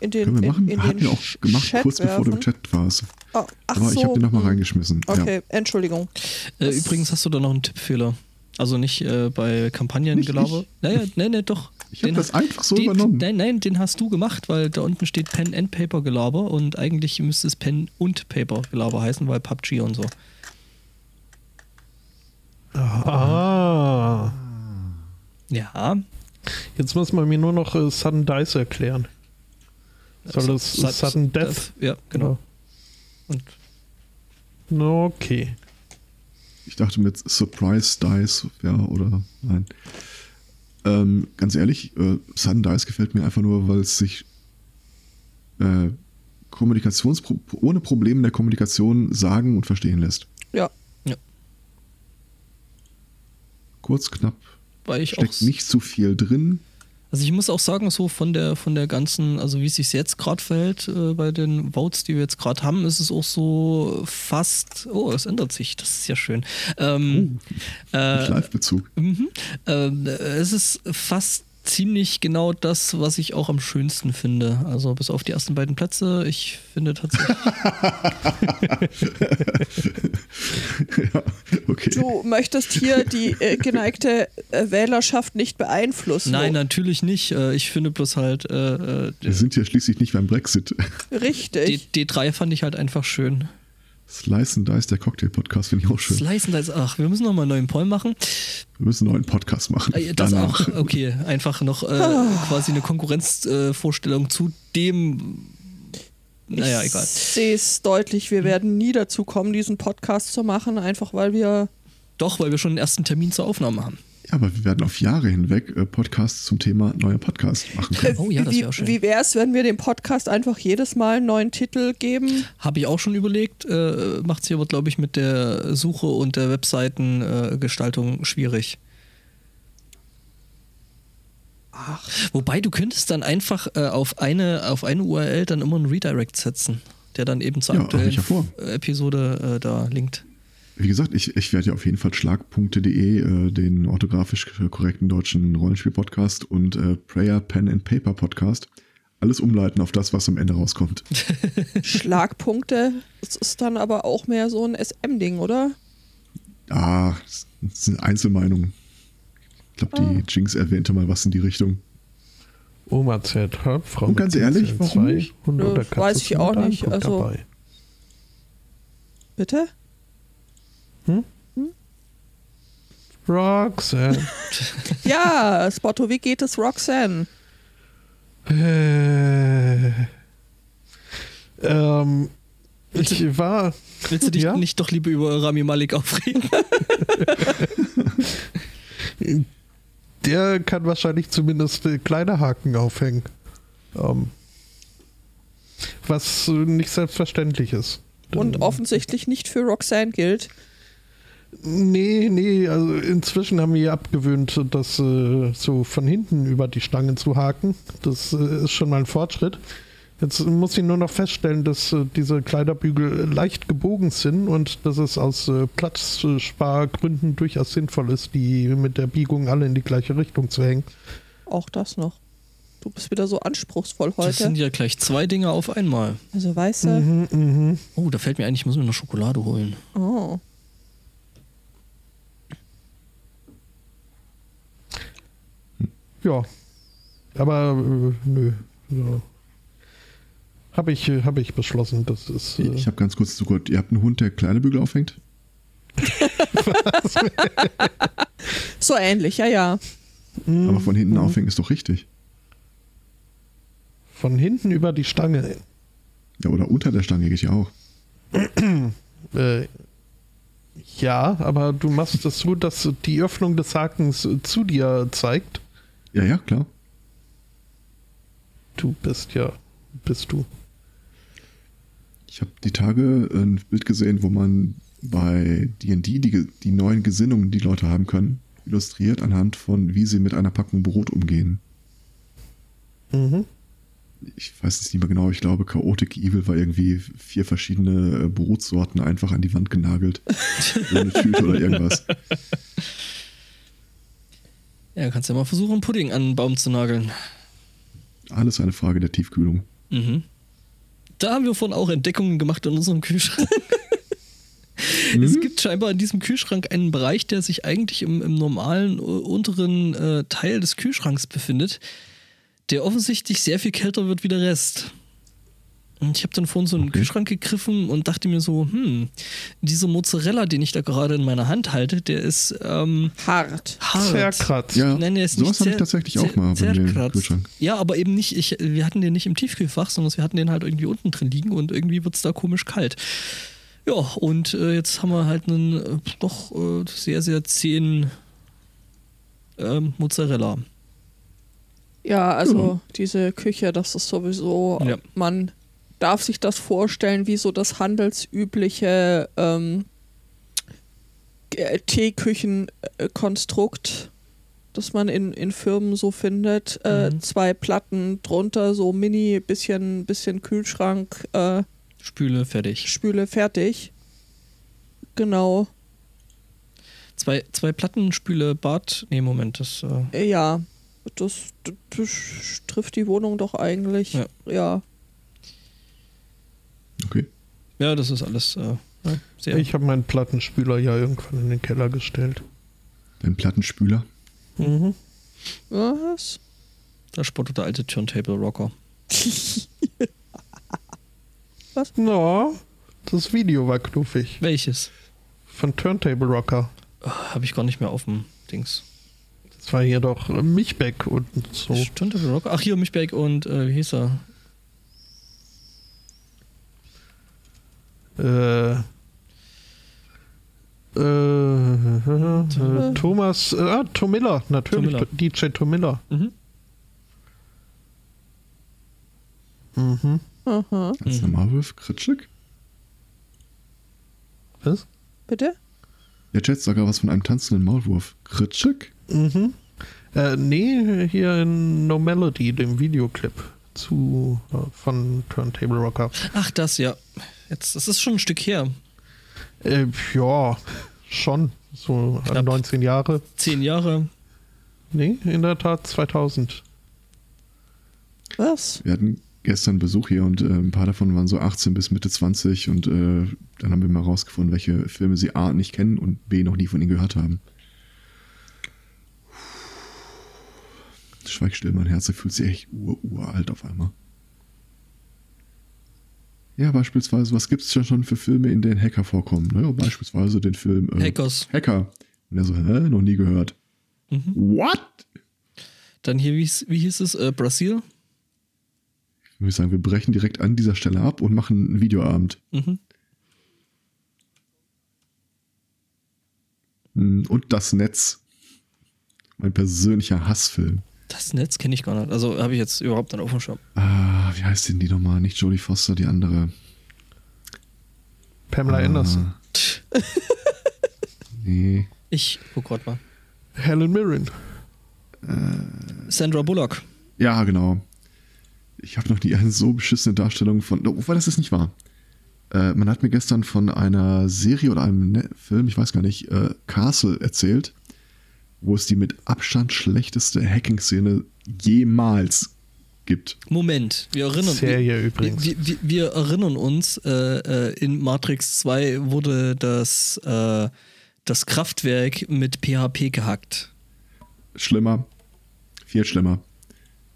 [SPEAKER 3] in den,
[SPEAKER 1] können wir machen.
[SPEAKER 3] in, in
[SPEAKER 1] Hatten
[SPEAKER 3] den
[SPEAKER 1] wir auch gemacht,
[SPEAKER 3] Chat
[SPEAKER 1] kurz bevor du im
[SPEAKER 3] werfen?
[SPEAKER 1] Chat warst.
[SPEAKER 3] Ah, ach
[SPEAKER 1] Aber
[SPEAKER 3] so.
[SPEAKER 1] ich habe den nochmal
[SPEAKER 3] hm.
[SPEAKER 1] reingeschmissen. Ja.
[SPEAKER 3] Okay, Entschuldigung.
[SPEAKER 2] Äh,
[SPEAKER 3] Das-
[SPEAKER 2] übrigens hast du da noch einen Tippfehler. Also nicht äh, bei Kampagnengelaber.
[SPEAKER 1] Nicht
[SPEAKER 2] Naja, nee, nee, doch.
[SPEAKER 1] Ich habe
[SPEAKER 2] Den-
[SPEAKER 1] das einfach so
[SPEAKER 2] den,
[SPEAKER 1] übernommen.
[SPEAKER 2] Nein, nein, den hast du gemacht, weil da unten steht Pen and Paper Gelaber und eigentlich müsste es Pen und Paper Gelaber heißen, weil PUBG und so.
[SPEAKER 4] Ah.
[SPEAKER 2] Ja.
[SPEAKER 4] Jetzt muss man mir nur noch äh, Sudden Dice erklären. Soll das
[SPEAKER 2] Sud-
[SPEAKER 4] Sudden Death?
[SPEAKER 2] Also Ja, genau. Und
[SPEAKER 4] Ja. Genau. Okay.
[SPEAKER 1] Ich dachte mit Surprise Dice, ja, oder nein. Ähm, ganz ehrlich, äh, Sudden Dice gefällt mir einfach nur, weil es sich äh, Kommunikationspro ohne Probleme der Kommunikation sagen und verstehen lässt.
[SPEAKER 3] Ja,
[SPEAKER 1] Kurz, knapp,
[SPEAKER 2] weil ich auch.
[SPEAKER 1] steckt nicht zu viel drin.
[SPEAKER 2] Also ich muss auch sagen, so von der von der ganzen, also wie es sich jetzt gerade verhält äh, bei den Votes, die wir jetzt gerade haben, ist es auch so fast. Oh, es ändert sich. Das ist ja schön. Ähm,
[SPEAKER 1] Mit
[SPEAKER 2] äh,
[SPEAKER 1] Live-Bezug.
[SPEAKER 2] mhm, ähm, äh, es ist fast ziemlich genau das, was ich auch am schönsten finde. Also bis auf die ersten beiden Plätze. Ich finde tatsächlich.
[SPEAKER 1] ja, okay.
[SPEAKER 3] Du möchtest hier die äh, geneigte äh, Wählerschaft nicht beeinflussen.
[SPEAKER 2] Nein, natürlich nicht. Äh, Ich finde bloß halt, äh, äh,
[SPEAKER 1] Wir sind ja schließlich nicht beim Brexit.
[SPEAKER 2] D
[SPEAKER 3] Richtig.
[SPEAKER 2] D3 fand ich halt einfach schön.
[SPEAKER 1] Slice and Dice, der Cocktail-Podcast, finde ich auch schön.
[SPEAKER 2] Slice and Dice, ach, wir müssen nochmal einen neuen Poll machen.
[SPEAKER 1] Wir müssen einen neuen Podcast machen.
[SPEAKER 2] Äh, Das
[SPEAKER 1] Danach. Ah.
[SPEAKER 2] auch, okay, einfach noch äh, quasi eine Konkurrenzvorstellung äh, Vorstellung zu dem. Naja,
[SPEAKER 3] ich
[SPEAKER 2] egal.
[SPEAKER 3] sehe es deutlich. Wir werden nie dazu kommen, diesen Podcast zu machen, einfach weil wir.
[SPEAKER 2] Doch, weil wir schon den ersten Termin zur Aufnahme haben.
[SPEAKER 1] Ja, aber wir werden auf Jahre hinweg äh, Podcasts zum Thema neuer Podcast machen können.
[SPEAKER 3] Äh,
[SPEAKER 2] Oh ja, das
[SPEAKER 3] wie
[SPEAKER 2] wär auch schön.
[SPEAKER 3] wie wäre es, wenn wir dem Podcast einfach jedes Mal einen neuen Titel geben?
[SPEAKER 2] Habe ich auch schon überlegt, äh, macht sich aber, glaube ich, mit der Suche und der Webseitengestaltung äh, Gestaltung schwierig. Wobei du könntest dann einfach äh, auf, eine, auf eine URL dann immer einen Redirect setzen, der dann eben zur
[SPEAKER 1] Ja, hab
[SPEAKER 2] aktuellen
[SPEAKER 1] ich ja vor.
[SPEAKER 2] F- Episode äh, da linkt.
[SPEAKER 1] Wie gesagt, ich, ich werde ja auf jeden Fall Schlag.de, äh, den orthografisch korrekten deutschen Rollenspiel-Podcast und äh, Prayer, Pen and Paper Podcast alles umleiten auf das, was am Ende rauskommt.
[SPEAKER 3] Schlagpunkte. Das ist dann aber auch mehr so ein SM-Ding, oder?
[SPEAKER 1] Ah, das sind Einzelmeinungen. Ich glaube, die Jinx erwähnte mal was in die Richtung.
[SPEAKER 4] Oma Z, hä? Frau
[SPEAKER 1] Und ganz
[SPEAKER 4] mit
[SPEAKER 1] ehrlich,
[SPEAKER 4] Zähnen
[SPEAKER 1] warum
[SPEAKER 4] zwei,
[SPEAKER 1] nicht?
[SPEAKER 4] Hunde
[SPEAKER 3] Ja,
[SPEAKER 4] oder Katze
[SPEAKER 3] weiß ich
[SPEAKER 4] sind
[SPEAKER 3] auch
[SPEAKER 4] mit einem
[SPEAKER 3] nicht,
[SPEAKER 4] Punkt
[SPEAKER 3] also-
[SPEAKER 4] dabei.
[SPEAKER 3] Bitte?
[SPEAKER 4] Roxanne.
[SPEAKER 3] Ja, Spotto, wie geht es Roxanne?
[SPEAKER 4] Äh, ähm, ich war.
[SPEAKER 2] Willst du dich
[SPEAKER 4] Ja?
[SPEAKER 2] nicht doch lieber über Rami Malik aufregen?
[SPEAKER 4] Der kann wahrscheinlich zumindest äh, kleine Haken aufhängen. Ähm, was äh, nicht selbstverständlich ist.
[SPEAKER 3] Und offensichtlich nicht für Roxanne gilt.
[SPEAKER 4] Nee, nee, also inzwischen haben wir ja abgewöhnt, das äh, so von hinten über die Stange zu haken. Das äh, ist schon mal ein Fortschritt. Jetzt muss ich nur noch feststellen, dass äh, diese Kleiderbügel leicht gebogen sind und dass es aus äh, Platzspargründen durchaus sinnvoll ist, die mit der Biegung alle in die gleiche Richtung zu hängen.
[SPEAKER 3] Auch das noch. Du bist wieder so anspruchsvoll
[SPEAKER 2] Das
[SPEAKER 3] heute.
[SPEAKER 2] sind ja gleich zwei Dinge auf einmal.
[SPEAKER 3] Also weißt du,
[SPEAKER 4] Mhm, mhm.
[SPEAKER 2] Oh, da fällt mir ein, ich muss mir noch Schokolade holen.
[SPEAKER 3] oh.
[SPEAKER 4] Ja. Aber äh, nö. Ja. Habe ich, äh, hab ich beschlossen, das ist. Äh,
[SPEAKER 1] Ich habe ganz kurz zu Gott, ihr habt einen Hund, der kleine Bügel aufhängt?
[SPEAKER 3] so ähnlich, ja, ja.
[SPEAKER 4] mh,
[SPEAKER 1] Aber von hinten
[SPEAKER 4] mh.
[SPEAKER 1] aufhängen ist doch richtig.
[SPEAKER 4] Von hinten über die Stange.
[SPEAKER 1] Ja, oder unter der Stange geht ja auch.
[SPEAKER 4] Äh, ja, aber du machst es so, dass die Öffnung des Hakens äh, zu dir zeigt.
[SPEAKER 1] Ja, ja, klar.
[SPEAKER 4] Du bist ja, bist du.
[SPEAKER 1] Ich habe die Tage äh, ein Bild gesehen, wo man bei D&D die, die neuen Gesinnungen, die Leute haben können, illustriert anhand von, wie sie mit einer Packung Brot umgehen.
[SPEAKER 4] Mhm.
[SPEAKER 1] Ich weiß es nicht mehr genau, ich glaube Chaotic Evil war irgendwie vier verschiedene äh, Brotsorten einfach an die Wand genagelt. Ohne Tüte oder irgendwas.
[SPEAKER 2] Ja, kannst ja mal versuchen, einen Pudding an den Baum zu nageln.
[SPEAKER 1] Alles eine Frage der Tiefkühlung.
[SPEAKER 2] Mhm. Da haben wir vorhin auch Entdeckungen gemacht in unserem Kühlschrank.
[SPEAKER 1] Mhm.
[SPEAKER 2] Es gibt scheinbar in diesem Kühlschrank einen Bereich, der sich eigentlich im, im normalen äh, unteren äh, Teil des Kühlschranks befindet, der offensichtlich sehr viel kälter wird wie der Rest. Und ich habe dann vorhin so einen
[SPEAKER 1] Okay.
[SPEAKER 2] Kühlschrank gegriffen und dachte mir so, hm, dieser Mozzarella, den ich da gerade in meiner Hand halte, der ist ähm,
[SPEAKER 3] Hart.
[SPEAKER 2] hart.
[SPEAKER 4] Zerkratzt.
[SPEAKER 1] Ja,
[SPEAKER 2] Nein, der ist
[SPEAKER 1] sowas
[SPEAKER 2] nicht
[SPEAKER 1] habe ich
[SPEAKER 2] zer-
[SPEAKER 1] tatsächlich
[SPEAKER 2] zer-
[SPEAKER 1] auch mal bei mir im
[SPEAKER 2] zerkratzt.
[SPEAKER 1] Kühlschrank.
[SPEAKER 2] Ja, aber eben nicht, ich, wir hatten den nicht im Tiefkühlfach, sondern wir hatten den halt irgendwie unten drin liegen und irgendwie wird es da komisch kalt. Ja, und äh, jetzt haben wir halt einen äh, doch äh, sehr, sehr zähen ähm, Mozzarella.
[SPEAKER 3] Ja, also diese Küche, das ist sowieso,
[SPEAKER 2] Ja.
[SPEAKER 3] man darf sich das vorstellen wie so das handelsübliche ähm, G- Teeküchenkonstrukt, das man in, in Firmen so findet. Äh,
[SPEAKER 2] Mhm.
[SPEAKER 3] zwei Platten drunter, so mini, bisschen, bisschen Kühlschrank, äh,
[SPEAKER 2] Spüle, fertig.
[SPEAKER 3] Spüle fertig. Genau,
[SPEAKER 2] Zwei, zwei Platten, Spüle, Bad. Nee, Moment, das. Äh,
[SPEAKER 3] äh, ja. Das, das, das trifft die Wohnung doch eigentlich.
[SPEAKER 2] Ja.
[SPEAKER 3] Ja.
[SPEAKER 1] Okay.
[SPEAKER 2] Ja, das ist alles äh, ne, sehr.
[SPEAKER 4] Ich habe meinen Plattenspüler ja irgendwann in den Keller gestellt.
[SPEAKER 1] Dein Plattenspüler.
[SPEAKER 4] Mhm.
[SPEAKER 3] Was?
[SPEAKER 2] da spottet der alte Turntable Rocker.
[SPEAKER 4] Na, das Video war knuffig.
[SPEAKER 2] Welches?
[SPEAKER 4] Von Turntable Rocker.
[SPEAKER 2] Habe ich gar nicht mehr auf dem Dings.
[SPEAKER 4] Das war hier doch äh, Michbeck und so.
[SPEAKER 2] Turntable Rocker? Ach, hier Michbeck und äh, wie hieß er?
[SPEAKER 4] Äh, äh, äh, Thomas, äh, ah, Tom Miller, natürlich,
[SPEAKER 2] Tom
[SPEAKER 4] DJ Tom Miller.
[SPEAKER 2] Mhm.
[SPEAKER 4] Mhm.
[SPEAKER 3] Aha.
[SPEAKER 1] Als
[SPEAKER 2] Mhm.
[SPEAKER 1] mhm. Marwolf Kritschik?
[SPEAKER 4] Was?
[SPEAKER 3] Bitte?
[SPEAKER 1] Der Chat sagt sogar was von einem tanzenden Maulwurf. Kritschik?
[SPEAKER 4] Mhm. Äh, nee, hier in No Melody, dem Videoclip zu äh, von Turntable Rocker.
[SPEAKER 2] Ach, das ja. Jetzt, das ist schon ein Stück her.
[SPEAKER 4] Äh, ja, schon. So äh,
[SPEAKER 2] Knapp.
[SPEAKER 4] 19 Jahre.
[SPEAKER 2] Zehn Jahre.
[SPEAKER 4] Nee, in der Tat 2000.
[SPEAKER 3] Was?
[SPEAKER 1] Wir hatten gestern Besuch hier und äh, ein paar davon waren so 18 bis Mitte 20 und äh, dann haben wir mal rausgefunden, welche Filme sie A nicht kennen und B noch nie von ihnen gehört haben. Schweig still, mein Herz, da fühlt sich echt ur uralt auf einmal. Ja, beispielsweise, was gibt es ja schon für Filme, in denen Hacker vorkommen? Naja, beispielsweise den Film äh,
[SPEAKER 2] Hackers.
[SPEAKER 1] Hacker. Und er so, hä, noch nie gehört.
[SPEAKER 2] Mhm.
[SPEAKER 1] What?
[SPEAKER 2] Dann hier, wie, hieß- wie hieß es? Äh, Brasil?
[SPEAKER 1] Ich würde sagen, wir brechen direkt an dieser Stelle ab und machen einen Videoabend.
[SPEAKER 2] Mhm.
[SPEAKER 1] Mm, Und das Netz. Mein persönlicher Hassfilm.
[SPEAKER 2] Das Netz kenne ich gar nicht. Also habe ich jetzt überhaupt nicht auf dem Schirm.
[SPEAKER 1] Ah, wie heißt denn die nochmal? Nicht Jodie Foster, die andere.
[SPEAKER 4] Pamela Anderson.
[SPEAKER 1] Ah, nee.
[SPEAKER 2] Ich guck grad mal.
[SPEAKER 4] Helen Mirren.
[SPEAKER 2] Sandra Bullock.
[SPEAKER 1] Ja, genau. Ich habe noch nie eine so beschissene Darstellung von. Oh, Wobei das ist nicht wahr. Äh, man hat mir gestern von einer Serie oder einem Ne- Film, ich weiß gar nicht, äh, Castle erzählt, wo es die mit Abstand schlechteste Hacking-Szene jemals gibt.
[SPEAKER 2] Moment, wir erinnern
[SPEAKER 4] Serie
[SPEAKER 2] wir,
[SPEAKER 4] übrigens.
[SPEAKER 2] Wir, wir, wir erinnern uns, äh, äh, in Matrix 2 wurde das, äh, das Kraftwerk mit PHP gehackt.
[SPEAKER 1] schlimmer. Viel schlimmer.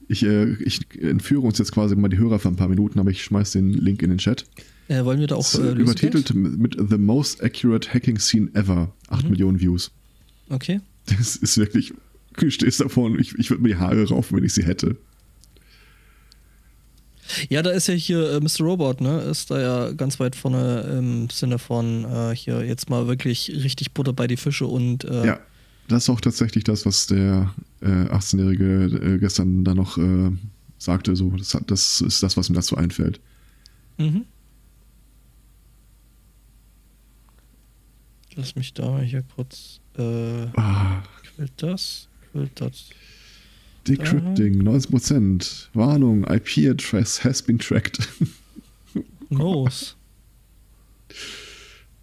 [SPEAKER 1] Ich, äh, ich entführe uns jetzt quasi mal die Hörer für ein paar Minuten, aber ich schmeiß den Link in den Chat.
[SPEAKER 2] Äh, wollen wir da auch
[SPEAKER 1] Ist, äh,
[SPEAKER 2] äh,
[SPEAKER 1] übertitelt
[SPEAKER 2] Lösegeld?
[SPEAKER 1] mit The Most Accurate Hacking Scene Ever. 8
[SPEAKER 2] Mhm.
[SPEAKER 1] Millionen Views.
[SPEAKER 2] Okay.
[SPEAKER 1] Das ist wirklich. Du stehst davor und ich, ich würde mir die Haare raufen, wenn ich sie hätte.
[SPEAKER 2] Ja, da ist ja hier äh, Mr. Robot, ne? Ist da ja ganz weit vorne im Sinne von äh, hier jetzt mal wirklich richtig Butter bei die Fische und äh,
[SPEAKER 1] Ja, das ist auch tatsächlich das, was der äh, 18-Jährige äh, gestern da noch äh, sagte. So, das, hat, das ist das, was mir dazu einfällt.
[SPEAKER 2] Mhm. Lass mich da hier kurz. Äh,
[SPEAKER 1] Ah,
[SPEAKER 2] quillt das? Quillt das?
[SPEAKER 1] Decrypting, 90%. Warnung, IP-Address has been tracked.
[SPEAKER 2] Los.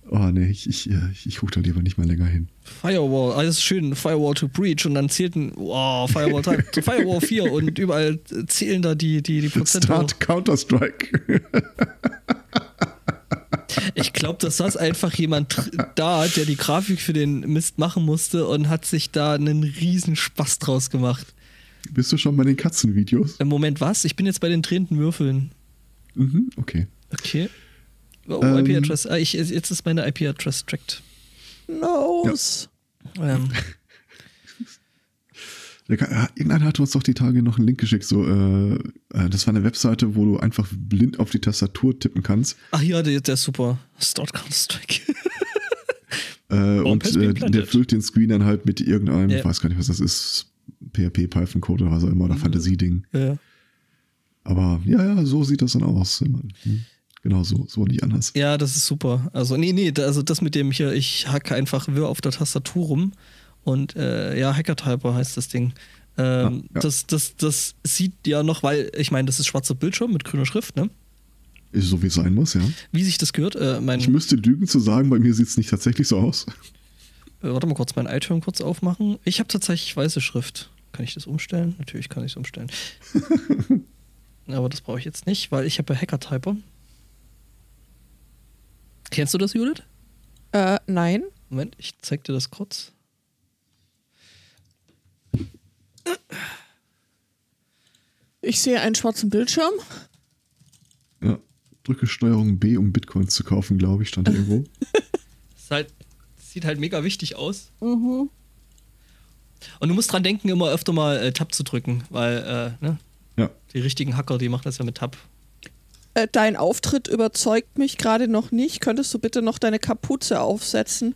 [SPEAKER 1] Oh nee, ich, ich, äh, ich, ich gucke da lieber nicht mal länger hin.
[SPEAKER 2] Firewall, alles schön, Firewall to Breach und dann zählten, wow, Firewall, Type- zu Firewall 4 und überall zählen da die, die, die Prozente.
[SPEAKER 1] Start Counter-Strike.
[SPEAKER 2] Ich glaube, das saß einfach jemand dr- da, der die Grafik für den Mist machen musste und hat sich da einen riesen Spaß draus gemacht.
[SPEAKER 1] Bist du schon bei den Katzenvideos?
[SPEAKER 2] Im Moment, was? Ich bin jetzt bei den drehenden Würfeln.
[SPEAKER 1] Mhm, okay.
[SPEAKER 2] Okay. Oh,
[SPEAKER 1] Ähm.
[SPEAKER 2] IP-Adresse. Ah, ich, jetzt ist meine IP-Adresse tracked.
[SPEAKER 3] Nose.
[SPEAKER 2] Ähm,
[SPEAKER 1] Der Ka- ah, Irgendeiner hatte uns doch die Tage noch einen Link geschickt. So, äh, äh, das war eine Webseite, wo du einfach blind auf die Tastatur tippen kannst.
[SPEAKER 2] ach ja, der, der ist super. Start Counter-Strike.
[SPEAKER 1] Äh, und
[SPEAKER 2] Pest Being
[SPEAKER 1] äh, der
[SPEAKER 2] Planted.
[SPEAKER 1] füllt den Screen dann halt mit irgendeinem,
[SPEAKER 2] Oh, Ja. Mhm.
[SPEAKER 1] ich weiß gar nicht, was das ist, PHP, Python-Code oder was auch immer, oder Fantasieding.
[SPEAKER 2] ja.
[SPEAKER 1] Aber ja, ja, so sieht das dann aus. Mhm. Genau so, so nicht anders.
[SPEAKER 2] ja, das ist super. Also, nee, nee, da, also das mit dem hier, ich hacke einfach wirr auf der Tastatur rum. Und äh, ja, Hackertyper heißt das Ding. Ähm,
[SPEAKER 1] Ah, ja.
[SPEAKER 2] das, das, das sieht ja noch, weil, ich meine, das ist schwarzer Bildschirm mit grüner Schrift, ne?
[SPEAKER 1] Ist so wie es sein muss, ja.
[SPEAKER 2] Wie sich das gehört, äh, mein,
[SPEAKER 1] Ich müsste lügen zu sagen, bei mir sieht es nicht tatsächlich so aus.
[SPEAKER 2] äh, warte mal kurz, mein iTunes kurz aufmachen. Ich habe tatsächlich weiße Schrift. Kann ich das umstellen? Natürlich kann ich es umstellen. Aber das brauche ich jetzt nicht, weil ich habe ja Hacker-Typer. Kennst du das, Judith?
[SPEAKER 3] Äh, nein.
[SPEAKER 2] Moment, ich zeig dir das kurz.
[SPEAKER 3] Ich sehe einen schwarzen Bildschirm.
[SPEAKER 1] Ja, drücke Steuerung B, um Bitcoins zu kaufen, glaube ich, stand da irgendwo.
[SPEAKER 2] Ist halt, sieht halt mega wichtig aus.
[SPEAKER 3] Mhm.
[SPEAKER 2] Und du musst dran denken, immer öfter mal äh, Tab zu drücken, weil äh, ne,
[SPEAKER 1] Ja.
[SPEAKER 2] die richtigen Hacker, die machen das ja mit Tab.
[SPEAKER 3] Äh, dein Auftritt überzeugt mich gerade noch nicht. Könntest du bitte noch deine Kapuze aufsetzen?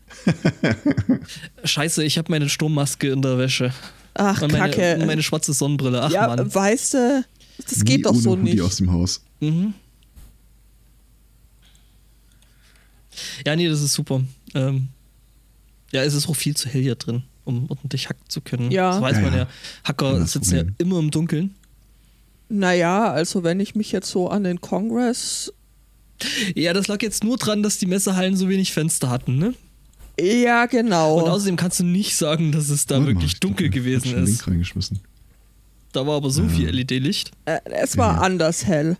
[SPEAKER 2] Scheiße, ich habe meine Sturmmaske in der Wäsche.
[SPEAKER 3] Ach,
[SPEAKER 2] und meine,
[SPEAKER 3] Kacke.
[SPEAKER 2] und meine schwarze Sonnenbrille. Ach
[SPEAKER 3] ja,
[SPEAKER 2] Mann.
[SPEAKER 3] weißt du, das
[SPEAKER 1] Nie
[SPEAKER 3] geht doch
[SPEAKER 1] ohne
[SPEAKER 3] so
[SPEAKER 1] Hoodie
[SPEAKER 3] nicht.
[SPEAKER 1] aus dem Haus.
[SPEAKER 2] Mhm. Ja, nee, das ist super. Ähm, ja, es ist auch viel zu hell hier drin, um ordentlich hacken zu können.
[SPEAKER 3] Ja.
[SPEAKER 2] Das weiß
[SPEAKER 1] Ja,
[SPEAKER 2] man
[SPEAKER 1] ja.
[SPEAKER 2] ja. Hacker
[SPEAKER 1] Ja, das
[SPEAKER 2] sitzen ja
[SPEAKER 1] Problem.
[SPEAKER 2] immer im Dunkeln.
[SPEAKER 3] Naja, also wenn ich mich jetzt so an den Kongress.
[SPEAKER 2] Ja, das lag jetzt nur dran, dass die Messehallen so wenig Fenster hatten, ne?
[SPEAKER 3] Ja, genau.
[SPEAKER 2] Und außerdem kannst du nicht sagen, dass es da
[SPEAKER 1] Oh. Warte mal,
[SPEAKER 2] wirklich
[SPEAKER 1] ich
[SPEAKER 2] dunkel
[SPEAKER 1] glaub, ich hab
[SPEAKER 2] gewesen
[SPEAKER 1] schon einen
[SPEAKER 2] ist.
[SPEAKER 1] Link reingeschmissen.
[SPEAKER 2] Da war aber so
[SPEAKER 1] Ja.
[SPEAKER 2] viel E LED-Licht.
[SPEAKER 3] äh, es war
[SPEAKER 1] Ja.
[SPEAKER 3] anders hell.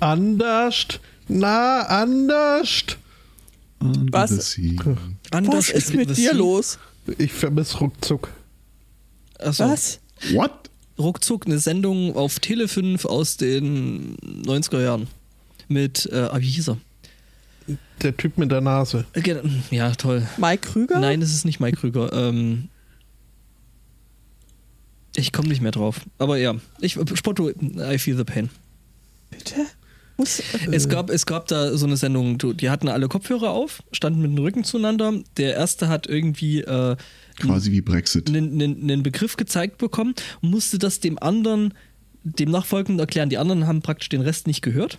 [SPEAKER 4] Anders? Na, anders?
[SPEAKER 1] Under
[SPEAKER 3] Was?
[SPEAKER 1] the sea.
[SPEAKER 3] Was ist mit dir los?
[SPEAKER 4] Ich vermisse ruckzuck.
[SPEAKER 2] Achso.
[SPEAKER 3] Was?
[SPEAKER 1] What?
[SPEAKER 2] ruckzuck eine Sendung auf Tele 5 aus den 90er Jahren. Mit, äh, ah, wie hieß er?
[SPEAKER 4] Der Typ mit der Nase.
[SPEAKER 2] Äh, gen- Ja, toll.
[SPEAKER 3] Mike Krüger?
[SPEAKER 2] Nein, es ist nicht Mike Krüger. Ähm, ich komme nicht mehr drauf. Aber ja, ich, Spotto, I feel the pain.
[SPEAKER 3] Bitte? Muss,
[SPEAKER 2] Es gab, es gab da so eine Sendung, du- die hatten alle Kopfhörer auf, standen mit dem Rücken zueinander. Der erste hat irgendwie äh,
[SPEAKER 1] Quasi wie Brexit.
[SPEAKER 2] einen, einen, einen Begriff gezeigt bekommen und musste das dem anderen, dem Nachfolgenden erklären. Die anderen haben praktisch den Rest nicht gehört.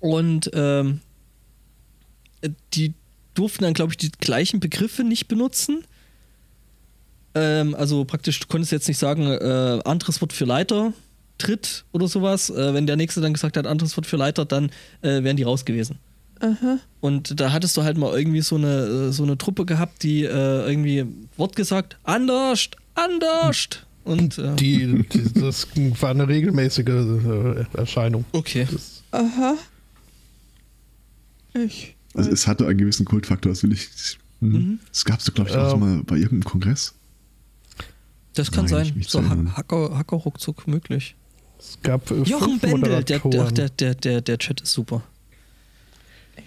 [SPEAKER 2] Und ähm, die durften dann, glaube ich, die gleichen Begriffe nicht benutzen. Ähm, also praktisch, du konntest jetzt nicht sagen, äh, anderes Wort für Leiter, Tritt oder sowas. Äh, wenn der Nächste dann gesagt hat, anderes Wort für Leiter, dann äh, wären die raus gewesen.
[SPEAKER 3] aha.
[SPEAKER 2] Und da hattest du halt mal irgendwie so eine, äh, so eine Truppe gehabt, die äh, irgendwie Wort gesagt, anderscht, anderscht. Und äh,
[SPEAKER 4] Die, die, das war eine regelmäßige äh, Erscheinung.
[SPEAKER 2] okay.
[SPEAKER 4] Das,
[SPEAKER 3] Aha. Ich.
[SPEAKER 1] Also es hatte einen gewissen Kultfaktor, das will ich.
[SPEAKER 2] Mhm.
[SPEAKER 1] Es gab so, glaube ich, auch
[SPEAKER 4] Ähm.
[SPEAKER 1] mal bei irgendeinem Kongress.
[SPEAKER 2] Das kann
[SPEAKER 1] Nein, ich
[SPEAKER 2] sein.
[SPEAKER 1] mich
[SPEAKER 2] So
[SPEAKER 1] zu
[SPEAKER 2] ha
[SPEAKER 1] erinnern.
[SPEAKER 2] Hacker, Hackerruckzuck möglich.
[SPEAKER 4] es gab äh,
[SPEAKER 2] Jochen
[SPEAKER 4] fünf
[SPEAKER 2] Bendel, der, der,
[SPEAKER 4] Moderatoren.
[SPEAKER 2] der, der, der, der Chat ist super.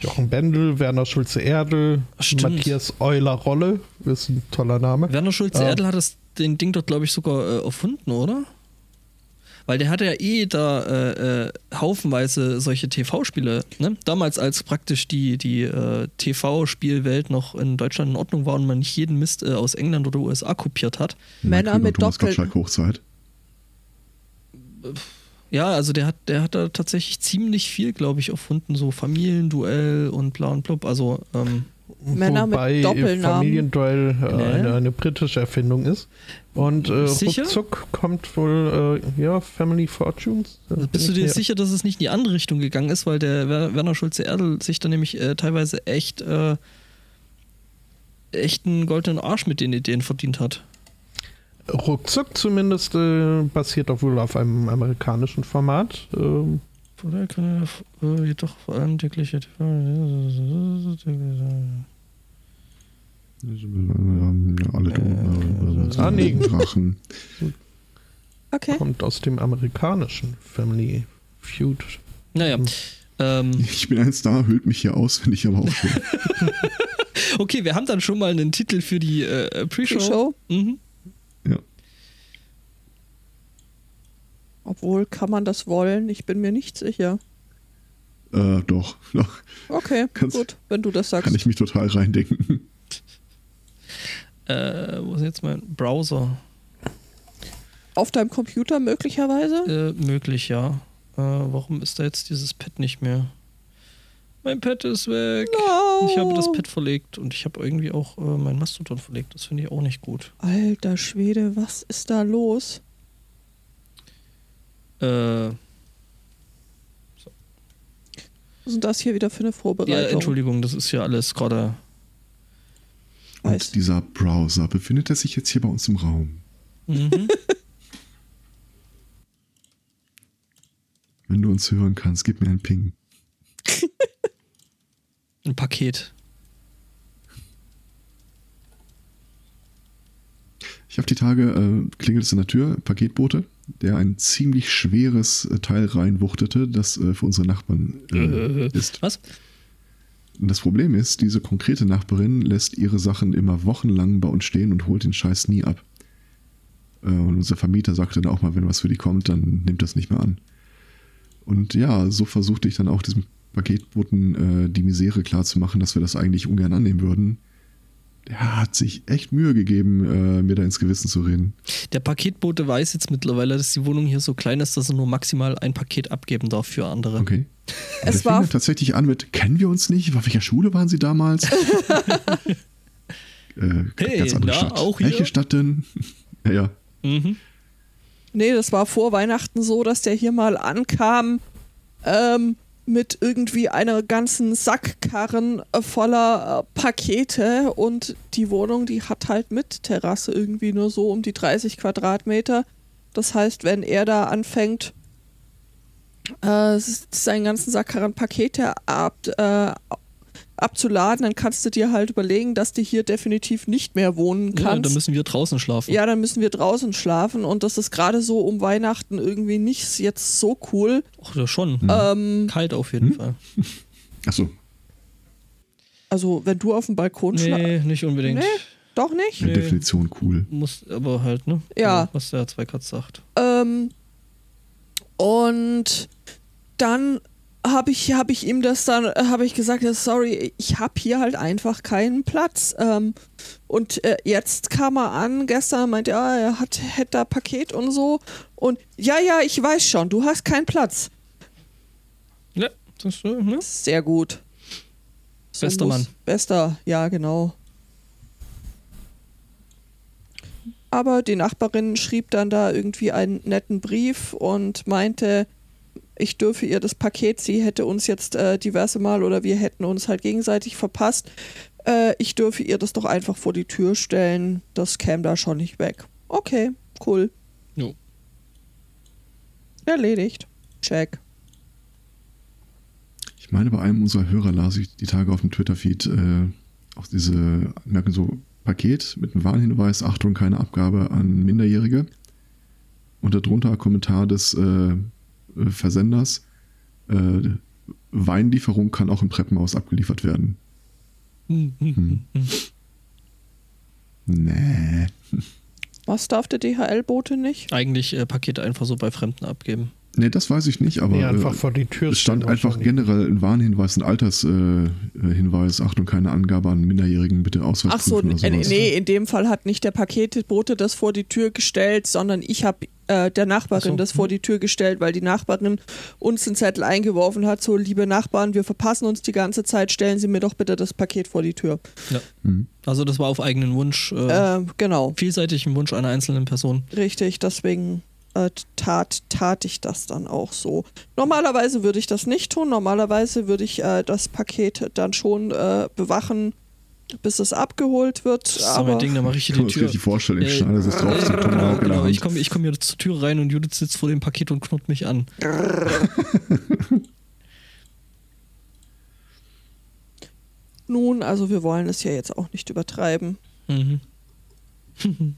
[SPEAKER 4] Jochen Bendel, Werner Schulze-Erdel,
[SPEAKER 2] Stimmt.
[SPEAKER 4] Matthias Euler-Rolle, ist ein toller Name.
[SPEAKER 2] Werner
[SPEAKER 4] Ah.
[SPEAKER 2] Schulze-Erdl hat das den Ding dort, glaube ich, sogar äh, erfunden, oder? Weil der hatte ja eh da äh, äh, haufenweise solche TV-Spiele. Ne? Damals, als praktisch die, die äh, TV-Spielwelt noch in Deutschland in Ordnung war und man nicht jeden Mist äh, aus England oder USA kopiert hat.
[SPEAKER 1] Mike
[SPEAKER 3] Männer
[SPEAKER 1] Krüger und
[SPEAKER 3] mit
[SPEAKER 1] Thomas
[SPEAKER 3] Doppel-
[SPEAKER 1] Gottschalk Hochzeit.
[SPEAKER 2] Ja, also der hat, der hat da tatsächlich ziemlich viel, glaube ich, erfunden. So Familienduell und bla und blub. Also, ähm,
[SPEAKER 3] Männer mit
[SPEAKER 4] Wobei
[SPEAKER 3] Doppelnamen.
[SPEAKER 4] Familienduell äh,
[SPEAKER 2] Nee.
[SPEAKER 4] eine, eine britische Erfindung ist. Und äh,
[SPEAKER 2] Sicher?
[SPEAKER 4] ruckzuck kommt wohl, äh, ja, Family Fortunes. Da bin
[SPEAKER 2] Also Bist du
[SPEAKER 4] ich
[SPEAKER 2] dir
[SPEAKER 4] mir-
[SPEAKER 2] sicher, dass es nicht in die andere Richtung gegangen ist, weil der Wer- Werner Schulze-Erdl sich da nämlich äh, teilweise echt äh, echt einen goldenen Arsch mit den Ideen verdient hat?
[SPEAKER 4] Ruckzuck zumindest äh, basiert auch wohl auf einem amerikanischen Format. Ähm,
[SPEAKER 2] Oder kann er äh, jedoch vor allem tägliche
[SPEAKER 1] Ja, alle dumm.
[SPEAKER 4] Ah, nee.
[SPEAKER 1] Drachen.
[SPEAKER 3] Mhm. Okay.
[SPEAKER 4] Kommt aus dem amerikanischen Family Feud.
[SPEAKER 2] Naja. Ähm,
[SPEAKER 1] Ich bin ein Star, hüllt mich hier aus, finde ich aber auch schön.
[SPEAKER 2] okay, wir haben dann schon mal einen Titel für die äh, Pre-Show.
[SPEAKER 3] Pre-Show.
[SPEAKER 2] Mhm.
[SPEAKER 3] Obwohl, kann man das wollen? Ich bin mir nicht sicher.
[SPEAKER 1] äh, doch, doch,
[SPEAKER 3] Okay,
[SPEAKER 1] Kannst-
[SPEAKER 3] gut, wenn du das sagst.
[SPEAKER 1] kann ich mich total reindenken.
[SPEAKER 2] Äh, wo ist jetzt mein Browser?
[SPEAKER 3] Auf deinem Computer möglicherweise?
[SPEAKER 2] Äh, möglich, ja. Äh, warum ist da jetzt dieses Pad nicht mehr? Mein Pad ist weg.
[SPEAKER 3] No.
[SPEAKER 2] Ich habe das Pad verlegt und ich habe irgendwie auch äh, mein Mastodon verlegt. Das finde ich auch nicht gut.
[SPEAKER 3] Alter Schwede, was ist da los?
[SPEAKER 2] Äh,
[SPEAKER 3] Was sind das hier wieder für eine
[SPEAKER 2] ja,
[SPEAKER 3] Vorbereitung?
[SPEAKER 2] Entschuldigung, das ist ja alles gerade.
[SPEAKER 1] Oh,
[SPEAKER 3] weiß.
[SPEAKER 1] dieser Browser, befindet er sich jetzt hier bei uns im Raum?
[SPEAKER 2] Mhm.
[SPEAKER 1] Wenn du uns hören kannst, gib mir einen Ping.
[SPEAKER 2] Ein Paket.
[SPEAKER 1] Ich habe die Tage, äh, klingelt es an der Tür, Paketbote, der ein ziemlich schweres äh, Teil reinwuchtete, das äh, für unsere Nachbarn äh, ist.
[SPEAKER 2] Was?
[SPEAKER 1] Und das Problem ist, diese konkrete Nachbarin lässt ihre Sachen immer wochenlang bei uns stehen und holt den Scheiß nie ab. Äh, Und unser Vermieter sagte dann auch mal, wenn was für die kommt, dann nimmt das nicht mehr an. Und ja, so versuchte ich dann auch diesem Paketboten äh, die Misere klarzumachen, dass wir das eigentlich ungern annehmen würden. Der hat sich echt Mühe gegeben, äh, mir da ins Gewissen zu reden.
[SPEAKER 2] Der Paketbote weiß jetzt mittlerweile, dass die Wohnung hier so klein ist, dass er nur maximal ein Paket abgeben darf für andere.
[SPEAKER 1] Okay.
[SPEAKER 3] Es
[SPEAKER 1] Der fing
[SPEAKER 3] war-
[SPEAKER 1] dann tatsächlich an mit, kennen wir uns nicht? Auf welcher Schule waren Sie damals? äh,
[SPEAKER 2] Hey,
[SPEAKER 1] ganz andere
[SPEAKER 2] na,
[SPEAKER 1] Stadt.
[SPEAKER 2] auch hier?
[SPEAKER 1] Welche Stadt denn? Ja, ja.
[SPEAKER 2] Mhm.
[SPEAKER 3] Nee, das war vor Weihnachten so, dass der hier mal ankam ähm, mit irgendwie einer ganzen Sackkarren äh, voller äh, Pakete und die Wohnung, die hat halt mit Terrasse irgendwie nur so um die 30 Quadratmeter. Das heißt, wenn er da anfängt, äh, s- seinen ganzen Sackkarren Pakete ab, äh, abzuladen, dann kannst du dir halt überlegen, dass du hier definitiv nicht mehr wohnen kannst.
[SPEAKER 2] Ja, dann müssen wir draußen schlafen.
[SPEAKER 3] Ja, dann müssen wir draußen schlafen und das ist gerade so um Weihnachten irgendwie nicht jetzt so cool.
[SPEAKER 2] Ach, ja schon.
[SPEAKER 1] Mhm.
[SPEAKER 3] Ähm,
[SPEAKER 2] Kalt auf jeden
[SPEAKER 1] Hm?
[SPEAKER 2] Fall.
[SPEAKER 1] Achso,
[SPEAKER 3] also wenn du auf dem Balkon schlafst.
[SPEAKER 2] Nee, nicht unbedingt.
[SPEAKER 3] Nee, doch nicht.
[SPEAKER 1] per
[SPEAKER 2] Nee.
[SPEAKER 1] Definition cool.
[SPEAKER 2] Muss aber halt, ne?
[SPEAKER 3] Ja.
[SPEAKER 2] Also, Was der Zweikatz sagt.
[SPEAKER 3] Ähm, und dann habe ich, hab ich ihm das dann, habe ich gesagt, ja, sorry, ich habe hier halt einfach keinen Platz. Ähm, und äh, jetzt kam er an, gestern meinte er, ah, er hat, hätte da Paket und so. Und ja, ja, ich weiß schon, du hast keinen Platz.
[SPEAKER 2] Ja, das ist, äh, ne?
[SPEAKER 3] Sehr gut. So
[SPEAKER 2] Bester
[SPEAKER 3] muss-
[SPEAKER 2] Mann.
[SPEAKER 3] Bester, ja, genau. Aber die Nachbarin schrieb dann da irgendwie einen netten Brief und meinte, ich dürfe ihr das Paket, sie hätte uns jetzt äh, diverse Mal oder wir hätten uns halt gegenseitig verpasst, äh, ich dürfe ihr das doch einfach vor die Tür stellen, das käme da schon nicht weg. Okay, cool.
[SPEAKER 2] Jo.
[SPEAKER 3] Erledigt. Check.
[SPEAKER 1] Ich meine, bei einem unserer Hörer las ich die Tage auf dem Twitter-Feed äh, auch diese Anmerkung so Paket mit einem Warnhinweis, Achtung, keine Abgabe an Minderjährige. Und darunter ein Kommentar des äh, äh, Versenders, äh, Weinlieferung kann auch im Treppenhaus abgeliefert werden. Hm. Nee.
[SPEAKER 3] Was darf der DHL-Bote nicht?
[SPEAKER 2] Eigentlich äh, Pakete einfach so bei Fremden abgeben.
[SPEAKER 1] Nee, das weiß ich nicht, aber
[SPEAKER 4] Nee, einfach
[SPEAKER 1] äh,
[SPEAKER 4] vor die Tür
[SPEAKER 1] es stand
[SPEAKER 4] stellen
[SPEAKER 1] einfach
[SPEAKER 4] wahrscheinlich.
[SPEAKER 1] generell ein Warnhinweis, ein Altershinweis, äh, Hinweis, Achtung, keine Angabe an Minderjährigen, bitte Ausweis
[SPEAKER 3] Ach so,
[SPEAKER 1] prüfen oder
[SPEAKER 3] äh,
[SPEAKER 1] sowas.
[SPEAKER 3] nee, in dem Fall hat nicht der Paketbote das vor die Tür gestellt, sondern ich habe äh, der Nachbarin
[SPEAKER 2] Ach so,
[SPEAKER 3] das
[SPEAKER 2] hm.
[SPEAKER 3] vor die Tür gestellt, weil die Nachbarin uns einen Zettel eingeworfen hat, so liebe Nachbarn, wir verpassen uns die ganze Zeit, stellen Sie mir doch bitte das Paket vor die Tür.
[SPEAKER 2] Also das war auf eigenen Wunsch, äh,
[SPEAKER 3] Äh, genau,
[SPEAKER 2] vielseitigen Wunsch einer einzelnen Person.
[SPEAKER 3] richtig, deswegen äh, tat, tat ich das dann auch so. Normalerweise würde ich das nicht tun, normalerweise würde ich äh, das Paket dann schon äh, bewachen, bis es abgeholt wird.
[SPEAKER 2] Das ist so
[SPEAKER 3] aber
[SPEAKER 2] mein Ding, da mache ich
[SPEAKER 1] Ich
[SPEAKER 2] hier
[SPEAKER 1] kann
[SPEAKER 2] die
[SPEAKER 1] mir das
[SPEAKER 2] Tür.
[SPEAKER 1] richtig vorstellen, ich
[SPEAKER 2] Äh,
[SPEAKER 1] schneide das drauf zum
[SPEAKER 2] Genau,
[SPEAKER 1] Tomahawk in der
[SPEAKER 2] genau.
[SPEAKER 1] Hand.
[SPEAKER 2] Ich komme ich komm hier zur Tür rein und Judith sitzt vor dem Paket und knurrt mich an.
[SPEAKER 3] Nun, also wir wollen es ja jetzt auch nicht übertreiben.
[SPEAKER 2] Mhm.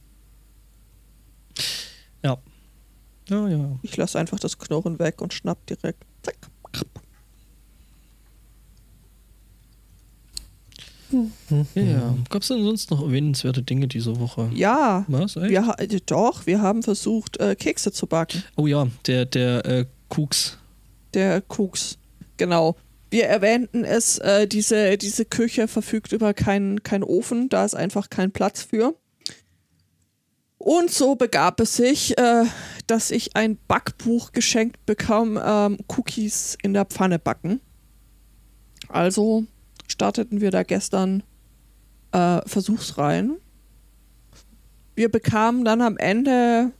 [SPEAKER 2] ja. Ja, ja.
[SPEAKER 3] Ich lasse einfach das Knochen weg und schnapp direkt. Zack.
[SPEAKER 2] ja, ja.
[SPEAKER 3] Mhm.
[SPEAKER 2] Gab es denn sonst noch erwähnenswerte Dinge diese Woche?
[SPEAKER 3] Ja,
[SPEAKER 2] Was? Echt?
[SPEAKER 3] wir, ha- äh, doch, wir haben versucht, äh, Kekse zu backen.
[SPEAKER 2] Oh ja, der, der äh, Kuks.
[SPEAKER 3] Der Kuks. Genau. Wir erwähnten es, äh, diese, diese Küche verfügt über keinen keinen Ofen, da ist einfach kein Platz für. Und so begab es sich, äh, dass ich ein Backbuch geschenkt bekam, ähm, Cookies in der Pfanne backen. Also starteten wir da gestern äh, Versuchsreihen. Wir bekamen dann am Ende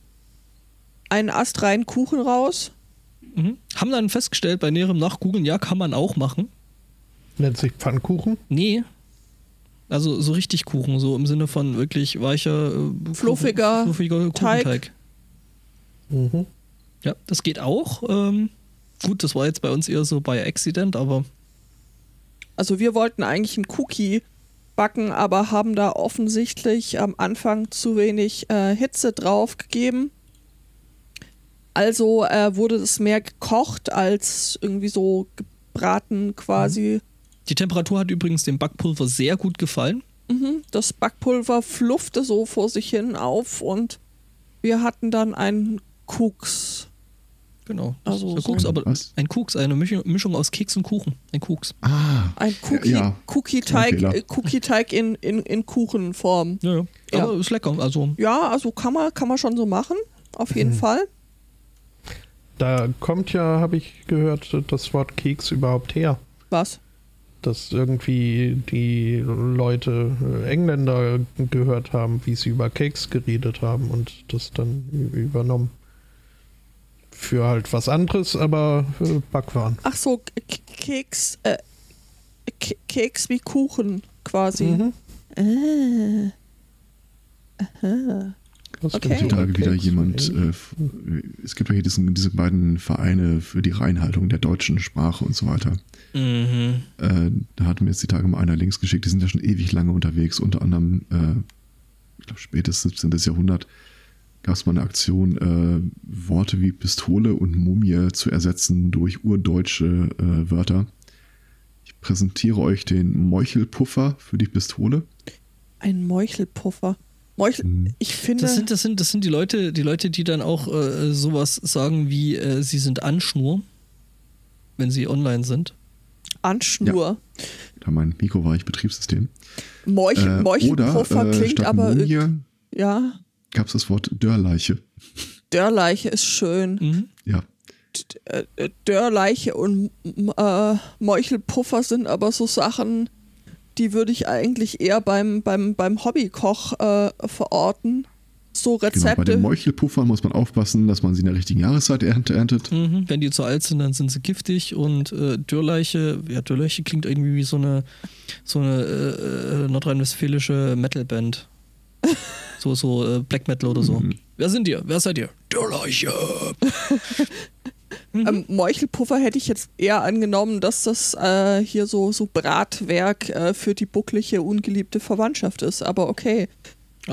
[SPEAKER 3] einen astreinen Kuchen raus.
[SPEAKER 2] Mhm. Haben dann festgestellt bei näherem Nachgoogeln, ja, kann man auch machen.
[SPEAKER 4] Nennt sich Pfannkuchen.
[SPEAKER 2] Nee. Also so richtig Kuchen, so im Sinne von wirklich weicher, äh,
[SPEAKER 3] Fluffiger
[SPEAKER 2] Kuchen, fluffiger
[SPEAKER 3] Teig.
[SPEAKER 2] Kuchenteig.
[SPEAKER 4] Mhm.
[SPEAKER 2] Ja, das geht auch. Ähm, gut, das war jetzt bei uns eher so bei Accident, aber
[SPEAKER 3] Also wir wollten eigentlich einen Cookie backen, aber haben da offensichtlich am Anfang zu wenig äh, Hitze drauf gegeben. Also äh, wurde es mehr gekocht als irgendwie so gebraten quasi.
[SPEAKER 2] die Temperatur hat übrigens dem Backpulver sehr gut gefallen.
[SPEAKER 3] Mhm. Das Backpulver fluffte so vor sich hin auf und wir hatten dann einen Kucks.
[SPEAKER 2] Genau.
[SPEAKER 3] Also
[SPEAKER 2] der
[SPEAKER 3] so-
[SPEAKER 2] Kucks, aber
[SPEAKER 1] Was?
[SPEAKER 2] ein Kucks, eine Mischung, Mischung aus Keks und Kuchen. Ein Kucks.
[SPEAKER 1] Ah,
[SPEAKER 3] Ein Cookie,
[SPEAKER 1] Ja,
[SPEAKER 3] Cookie-Teig
[SPEAKER 1] Fehler.
[SPEAKER 3] äh, Cookie-Teig in, in, in Kuchenform.
[SPEAKER 2] Ja, ja.
[SPEAKER 3] Ja.
[SPEAKER 2] Aber ist lecker. Also
[SPEAKER 3] Ja, also kann man, kann man schon so machen, auf
[SPEAKER 1] Mhm.
[SPEAKER 3] jeden Fall.
[SPEAKER 4] Da kommt ja, habe ich gehört, das Wort Keks überhaupt her.
[SPEAKER 3] Was?
[SPEAKER 4] Dass irgendwie die Leute, äh, Engländer, gehört haben, wie sie über Keks geredet haben und das dann ü- übernommen. Für halt was anderes, aber äh, Backwaren.
[SPEAKER 3] Ach so, K- K- Keks, äh, K- Keks wie Kuchen quasi.
[SPEAKER 4] Mhm.
[SPEAKER 3] Äh. Aha.
[SPEAKER 4] Was
[SPEAKER 3] Okay.
[SPEAKER 4] denn so
[SPEAKER 1] heutzutage
[SPEAKER 4] bei
[SPEAKER 1] wieder
[SPEAKER 4] Keks?
[SPEAKER 1] jemand.
[SPEAKER 4] Äh,
[SPEAKER 1] Äh, f- es gibt ja hier diesen, diese beiden Vereine für die Reinhaltung der deutschen Sprache und so weiter.
[SPEAKER 2] mhm.
[SPEAKER 1] Äh, da hat mir jetzt die Tage mal einer Links geschickt, die sind ja schon ewig lange unterwegs, unter anderem, äh, ich glaube, spätes 17. Jahrhundert gab es mal eine Aktion, äh, Worte wie Pistole und Mumie zu ersetzen durch urdeutsche äh, Wörter. Ich präsentiere euch den Meuchelpuffer für die Pistole.
[SPEAKER 3] Ein Meuchelpuffer. Meuchel,
[SPEAKER 1] Hm.
[SPEAKER 3] ich finde,
[SPEAKER 2] das, sind, das, sind, das sind die Leute, die Leute, die dann auch äh, sowas sagen wie, äh, sie sind Anschnur, wenn sie online sind.
[SPEAKER 3] Anschnur.
[SPEAKER 1] Da mein Mikro war ich Betriebssystem.
[SPEAKER 3] Meuchel,
[SPEAKER 1] Äh,
[SPEAKER 3] Meuchelpuffer
[SPEAKER 1] oder, äh,
[SPEAKER 3] klingt
[SPEAKER 1] statt
[SPEAKER 3] aber. irg-
[SPEAKER 1] Mumie
[SPEAKER 3] Ja,
[SPEAKER 1] gab es das Wort Dörrleiche.
[SPEAKER 3] Dörrleiche ist schön.
[SPEAKER 2] Mhm.
[SPEAKER 1] Ja,
[SPEAKER 3] D- äh, äh, Dörrleiche und m- äh, Meuchelpuffer sind aber so Sachen, die würde ich eigentlich eher beim, beim, beim Hobbykoch äh, verorten. So
[SPEAKER 1] genau. Bei
[SPEAKER 3] Rezepte.
[SPEAKER 1] den Meuchelpuffern muss man aufpassen, dass man sie in der richtigen Jahreszeit ernt- erntet.
[SPEAKER 2] Mhm. Wenn die zu alt sind, dann sind sie giftig und äh, Dürrleiche, ja, Dürrleiche klingt irgendwie wie so eine, so eine äh, äh, nordrhein-westfälische Metalband. So, so äh, Black Metal oder
[SPEAKER 1] Mhm.
[SPEAKER 2] so. Wer sind ihr? Wer seid ihr? Dürrleiche! Mhm.
[SPEAKER 3] Ähm, Meuchelpuffer hätte ich jetzt eher angenommen, dass das äh, hier so, so Bratwerk äh, für die bucklige, ungeliebte Verwandtschaft ist. Aber okay. Äh,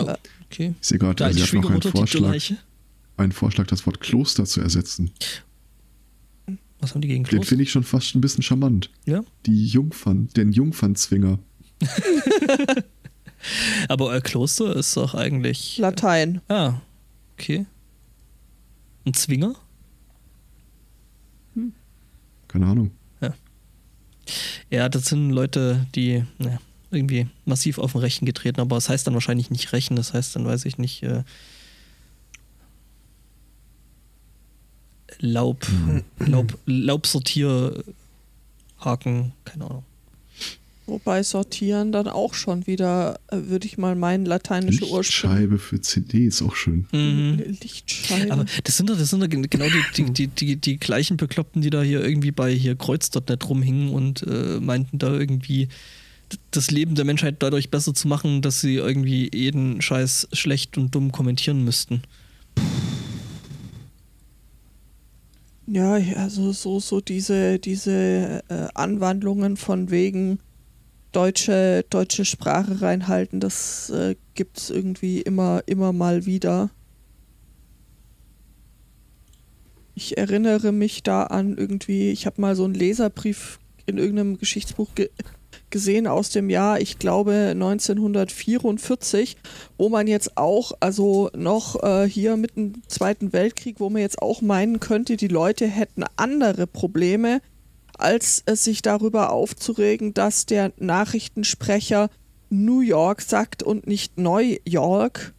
[SPEAKER 2] Oh, okay.
[SPEAKER 1] Ich sehe gerade,
[SPEAKER 2] Da
[SPEAKER 1] also
[SPEAKER 2] die
[SPEAKER 1] ich habe noch einen
[SPEAKER 2] Schwiegermutter, die
[SPEAKER 1] Vorschlag,
[SPEAKER 2] Dürrleiche.
[SPEAKER 1] einen Vorschlag, das Wort Kloster zu ersetzen.
[SPEAKER 2] Was haben die gegen
[SPEAKER 1] Den
[SPEAKER 2] Kloß?
[SPEAKER 1] finde ich schon fast ein bisschen charmant.
[SPEAKER 2] Ja.
[SPEAKER 1] Die Jungfern, den Jungfernzwinger.
[SPEAKER 2] Aber euer Kloster ist doch eigentlich.
[SPEAKER 3] Latein.
[SPEAKER 2] Ah, okay. Ein Zwinger?
[SPEAKER 1] Keine Ahnung.
[SPEAKER 2] Ja, das sind Leute, die na, irgendwie massiv auf den Rechen getreten, aber es das heißt dann wahrscheinlich nicht Rechen, das heißt dann weiß ich nicht. Äh, Laub, Laub, Laubsortierhaken, keine Ahnung.
[SPEAKER 3] Wobei sortieren dann auch schon wieder, äh, würde ich mal meinen, lateinische Ursprung.
[SPEAKER 1] Lichtscheibe für CD ist auch schön.
[SPEAKER 3] Mhm. Lichtscheibe.
[SPEAKER 2] Mhm. Aber das sind doch, das sind doch gen- genau die,
[SPEAKER 1] Hm.
[SPEAKER 2] die, die, die, die gleichen Bekloppten, die da hier irgendwie bei hier Kreuz.net rumhingen und äh, meinten da irgendwie d- das Leben der Menschheit dadurch besser zu machen, dass sie irgendwie jeden Scheiß schlecht und dumm kommentieren müssten.
[SPEAKER 3] Ja, ja, also so, so diese, diese äh, Anwandlungen von wegen deutsche, deutsche Sprache reinhalten, das äh, gibt es irgendwie immer, immer mal wieder. Ich erinnere mich da an irgendwie, ich habe mal so einen Leserbrief in irgendeinem Geschichtsbuch ge gesehen aus dem Jahr, ich glaube 1944, wo man jetzt auch, also noch äh, hier mit dem Zweiten Weltkrieg, wo man jetzt auch meinen könnte, die Leute hätten andere Probleme, als es sich darüber aufzuregen, dass der Nachrichtensprecher New York sagt und nicht Neu York.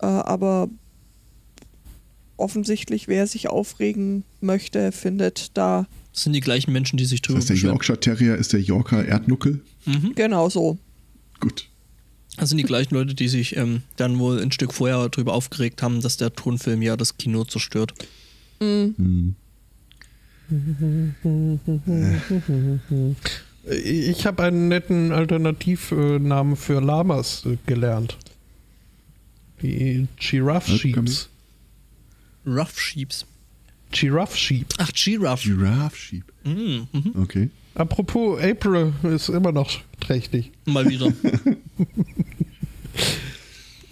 [SPEAKER 3] Äh, aber offensichtlich, wer sich aufregen möchte, findet da
[SPEAKER 2] Das sind die gleichen Menschen, die sich
[SPEAKER 1] Das
[SPEAKER 2] drüber
[SPEAKER 1] heißt, der
[SPEAKER 2] beschweren.
[SPEAKER 1] Yorkshire Terrier ist der Yorker Erdnuckel.
[SPEAKER 2] Mhm.
[SPEAKER 3] genau so.
[SPEAKER 1] Gut.
[SPEAKER 2] Das sind die gleichen Leute, die sich ähm, dann wohl ein Stück vorher drüber aufgeregt haben, dass der Tonfilm ja das Kino zerstört.
[SPEAKER 1] Hm.
[SPEAKER 4] Ich habe einen netten Alternativnamen für Lamas äh, gelernt. Die Giraffe Sheeps.
[SPEAKER 2] Rough Sheeps.
[SPEAKER 4] Giraffe Sheep.
[SPEAKER 2] Ach, Giraffe.
[SPEAKER 1] Giraffe Sheep.
[SPEAKER 2] Mm, mhm.
[SPEAKER 1] Okay.
[SPEAKER 4] Apropos April ist immer noch trächtig.
[SPEAKER 2] Mal wieder.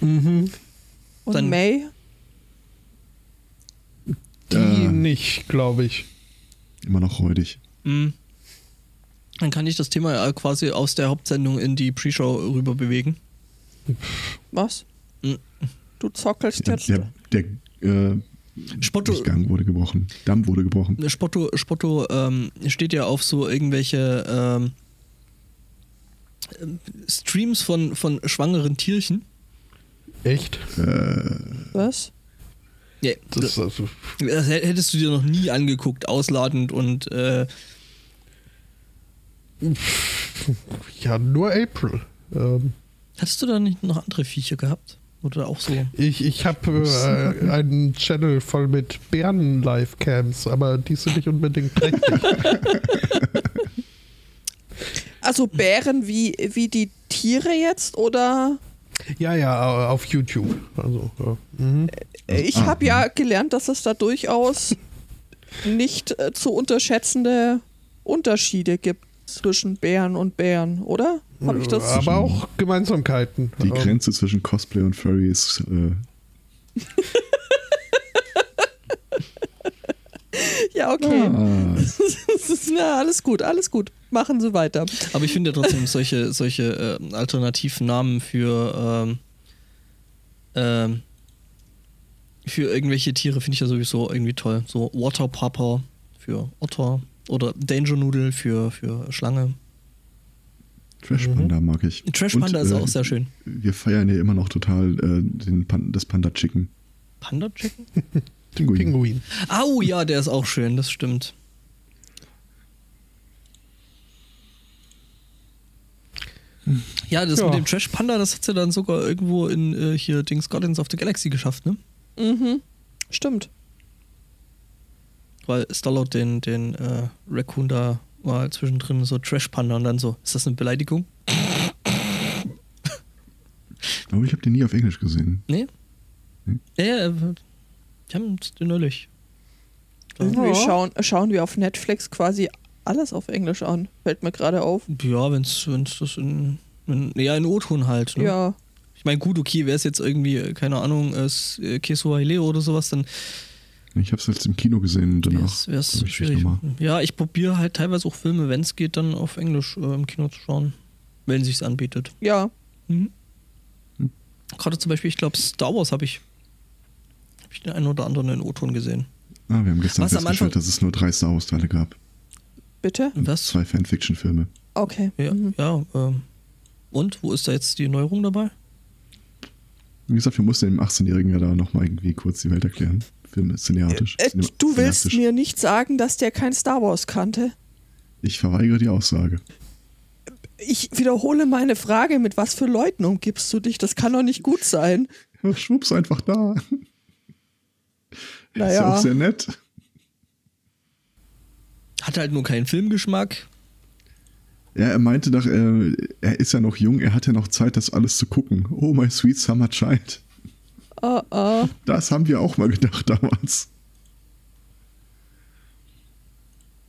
[SPEAKER 4] Mhm.
[SPEAKER 3] Und
[SPEAKER 2] Dann-
[SPEAKER 3] May?
[SPEAKER 4] Die
[SPEAKER 1] Äh.
[SPEAKER 4] nicht, glaube ich.
[SPEAKER 1] Immer noch räudig.
[SPEAKER 2] Mm. Dann kann ich das Thema äh, quasi aus der Hauptsendung in die Pre-Show rüber bewegen.
[SPEAKER 3] Was?
[SPEAKER 2] Mhm.
[SPEAKER 3] Du zockelst
[SPEAKER 1] Der,
[SPEAKER 3] jetzt.
[SPEAKER 1] der, der äh,
[SPEAKER 2] Spotto,
[SPEAKER 1] Gang wurde gebrochen. Damm wurde gebrochen.
[SPEAKER 2] Spotto, Spotto ähm, steht ja auf so irgendwelche ähm, Streams von, von schwangeren Tierchen.
[SPEAKER 4] Echt?
[SPEAKER 1] Äh,
[SPEAKER 3] Was?
[SPEAKER 2] Ja,
[SPEAKER 4] Das ist also,
[SPEAKER 2] Das hä- hättest du dir noch nie angeguckt, ausladend und äh,
[SPEAKER 4] ja, nur April. Ähm,
[SPEAKER 2] hattest du da nicht noch andere Viecher gehabt? Oder auch so?
[SPEAKER 4] ich ich habe äh, einen Channel voll mit Bären-Live-Cams, aber die sind nicht unbedingt trächtig.
[SPEAKER 3] Also Bären wie, wie die Tiere jetzt oder?
[SPEAKER 4] ja, ja, auf YouTube. Also, ja. Mhm.
[SPEAKER 3] Äh, Ich
[SPEAKER 1] ah,
[SPEAKER 3] habe ja gelernt, dass es da durchaus nicht äh, zu unterschätzende Unterschiede gibt zwischen Bären und Bären, oder? Habe ich das?
[SPEAKER 4] aber auch Gemeinsamkeiten.
[SPEAKER 1] Die
[SPEAKER 4] Ähm,
[SPEAKER 1] Grenze zwischen Cosplay und Furry ist äh,
[SPEAKER 3] Ja, okay.
[SPEAKER 1] ah,
[SPEAKER 3] Das ist, na, alles gut, alles gut. Machen Sie weiter.
[SPEAKER 2] Aber ich finde trotzdem solche, solche äh, Alternativnamen für, ähm, ähm, für irgendwelche Tiere finde ich ja sowieso irgendwie toll. So Waterpapa für Otter oder Danger Noodle für, für Schlange.
[SPEAKER 1] Trash Panda mag ich.
[SPEAKER 2] Trash Panda
[SPEAKER 1] Und,
[SPEAKER 2] ist
[SPEAKER 1] äh,
[SPEAKER 2] auch sehr schön.
[SPEAKER 1] Wir feiern ja immer noch total äh, den Pan das Panda Chicken.
[SPEAKER 2] Panda Chicken?
[SPEAKER 1] Pinguin.
[SPEAKER 4] Pinguin.
[SPEAKER 2] Au, ja, der ist auch schön, das stimmt. Ja, das
[SPEAKER 4] Ja.
[SPEAKER 2] mit dem Trash Panda, das hat sie dann sogar irgendwo in äh, hier Dings Guardians of the Galaxy geschafft, ne?
[SPEAKER 3] Mhm. Stimmt.
[SPEAKER 2] Weil Starlord den, den äh, Raccoon da mal zwischendrin so Trash Panda und dann so, ist das eine Beleidigung?
[SPEAKER 1] Aber ich habe den nie auf Englisch gesehen.
[SPEAKER 2] Nee?
[SPEAKER 1] Hm?
[SPEAKER 2] Ja, ja, äh, die haben es neulich.
[SPEAKER 3] Wir
[SPEAKER 4] Ja.
[SPEAKER 3] schauen, schauen wir auf Netflix quasi alles auf Englisch an. Fällt mir gerade auf.
[SPEAKER 2] Ja, wenn's, wenn's das in, in ja, in O-Ton halt, ne?
[SPEAKER 3] Ja.
[SPEAKER 2] Ich meine, gut, okay, wäre es jetzt irgendwie, äh, keine Ahnung, äh, S- äh, Kesuahileo oder sowas, dann
[SPEAKER 1] Ich habe es jetzt im Kino gesehen und
[SPEAKER 2] wäre
[SPEAKER 1] danach.
[SPEAKER 2] es
[SPEAKER 1] hab ich
[SPEAKER 2] schwierig.
[SPEAKER 1] nicht nochmal.
[SPEAKER 2] Ja, ich probiere halt teilweise auch Filme, wenn es geht, dann auf Englisch äh, im Kino zu schauen, wenn sich's anbietet.
[SPEAKER 3] Ja.
[SPEAKER 2] Gerade zum Beispiel, ich glaube, Star Wars habe ich, hab ich den einen oder anderen in O-Ton gesehen.
[SPEAKER 1] Ah, wir haben gestern
[SPEAKER 2] Was am
[SPEAKER 1] festgestellt,
[SPEAKER 2] Anfang-
[SPEAKER 1] dass es nur drei Star Wars Teile gab.
[SPEAKER 3] Bitte?
[SPEAKER 2] Was?
[SPEAKER 1] Zwei Fanfiction-Filme.
[SPEAKER 3] Okay.
[SPEAKER 2] Ja,
[SPEAKER 3] Mhm.
[SPEAKER 2] ja ähm. und wo ist da jetzt die Neuerung dabei?
[SPEAKER 1] Wie gesagt, wir mussten dem 18-Jährigen ja da nochmal irgendwie kurz die Welt erklären. Film ist cineatisch.
[SPEAKER 3] Äh,
[SPEAKER 1] Cine-
[SPEAKER 3] du willst
[SPEAKER 1] cineastisch.
[SPEAKER 3] mir nicht sagen, dass der kein Star Wars kannte.
[SPEAKER 1] Ich verweigere die Aussage.
[SPEAKER 3] Ich wiederhole meine Frage, mit was für Leuten umgibst du dich? Das kann doch nicht gut sein.
[SPEAKER 1] Ja, Schwupps, einfach da. Ist ja
[SPEAKER 3] Naja.
[SPEAKER 1] auch sehr nett.
[SPEAKER 2] Hat halt nur keinen Filmgeschmack.
[SPEAKER 1] Ja, er meinte doch, äh, er ist ja noch jung, er hat ja noch Zeit, das alles zu gucken. Oh, my sweet summer child.
[SPEAKER 3] Ah, ah.
[SPEAKER 1] Das haben wir auch mal gedacht damals.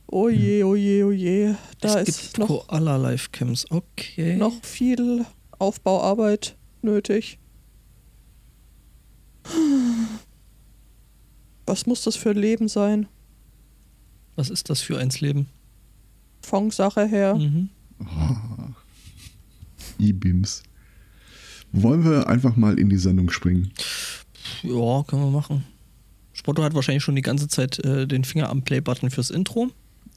[SPEAKER 3] Oh je, oh je, oh je. Da
[SPEAKER 2] es
[SPEAKER 3] ist
[SPEAKER 2] gibt
[SPEAKER 3] noch,
[SPEAKER 2] Koala Lifecams. Okay.
[SPEAKER 3] noch viel Aufbauarbeit nötig. Was muss das für ein Leben sein?
[SPEAKER 2] Was ist das für eins Leben?
[SPEAKER 3] Von Sache her.
[SPEAKER 2] Mhm.
[SPEAKER 1] E-Beams. Wollen wir einfach mal in die Sendung springen?
[SPEAKER 2] Ja, können wir machen. Spotto hat wahrscheinlich schon die ganze Zeit äh, den Finger am Play-Button fürs Intro.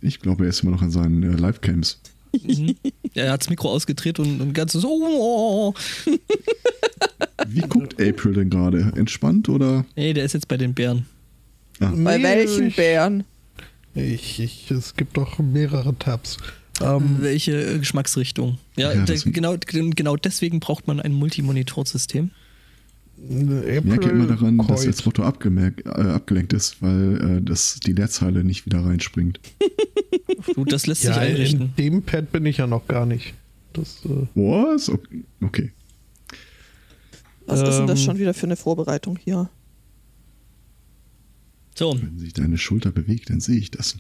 [SPEAKER 1] Ich glaube, er ist immer noch an seinen äh, Livecams.
[SPEAKER 2] Mhm. er hat das Mikro ausgedreht und, und ganz so. Oh, oh, oh.
[SPEAKER 1] Wie guckt April denn gerade? Entspannt oder?
[SPEAKER 2] Nee, der ist jetzt bei den Bären.
[SPEAKER 3] Bei
[SPEAKER 4] Nee,
[SPEAKER 3] welchen
[SPEAKER 4] ich-
[SPEAKER 3] Bären?
[SPEAKER 4] Ich, ich, es gibt doch mehrere Tabs.
[SPEAKER 3] Mhm.
[SPEAKER 4] Ähm,
[SPEAKER 2] Welche äh, Geschmacksrichtung? Ja,
[SPEAKER 1] Ja,
[SPEAKER 2] der,
[SPEAKER 1] das-
[SPEAKER 2] genau, genau deswegen braucht man ein Multimonitorsystem.
[SPEAKER 3] Äh,
[SPEAKER 1] Merke immer daran, dass
[SPEAKER 4] Coit.
[SPEAKER 1] jetzt Motto abgemerkt, äh, abgelenkt ist, weil äh, das, die Leerzeile nicht wieder reinspringt.
[SPEAKER 2] Gut, das lässt sich
[SPEAKER 4] ja,
[SPEAKER 2] einrichten.
[SPEAKER 4] in dem Pad bin ich ja noch gar nicht. Das, äh,
[SPEAKER 1] Was? Okay. okay.
[SPEAKER 3] Was ist denn das
[SPEAKER 4] Ähm.
[SPEAKER 3] schon wieder für eine Vorbereitung hier?
[SPEAKER 2] So,
[SPEAKER 1] Wenn sich deine Schulter bewegt, dann sehe ich das.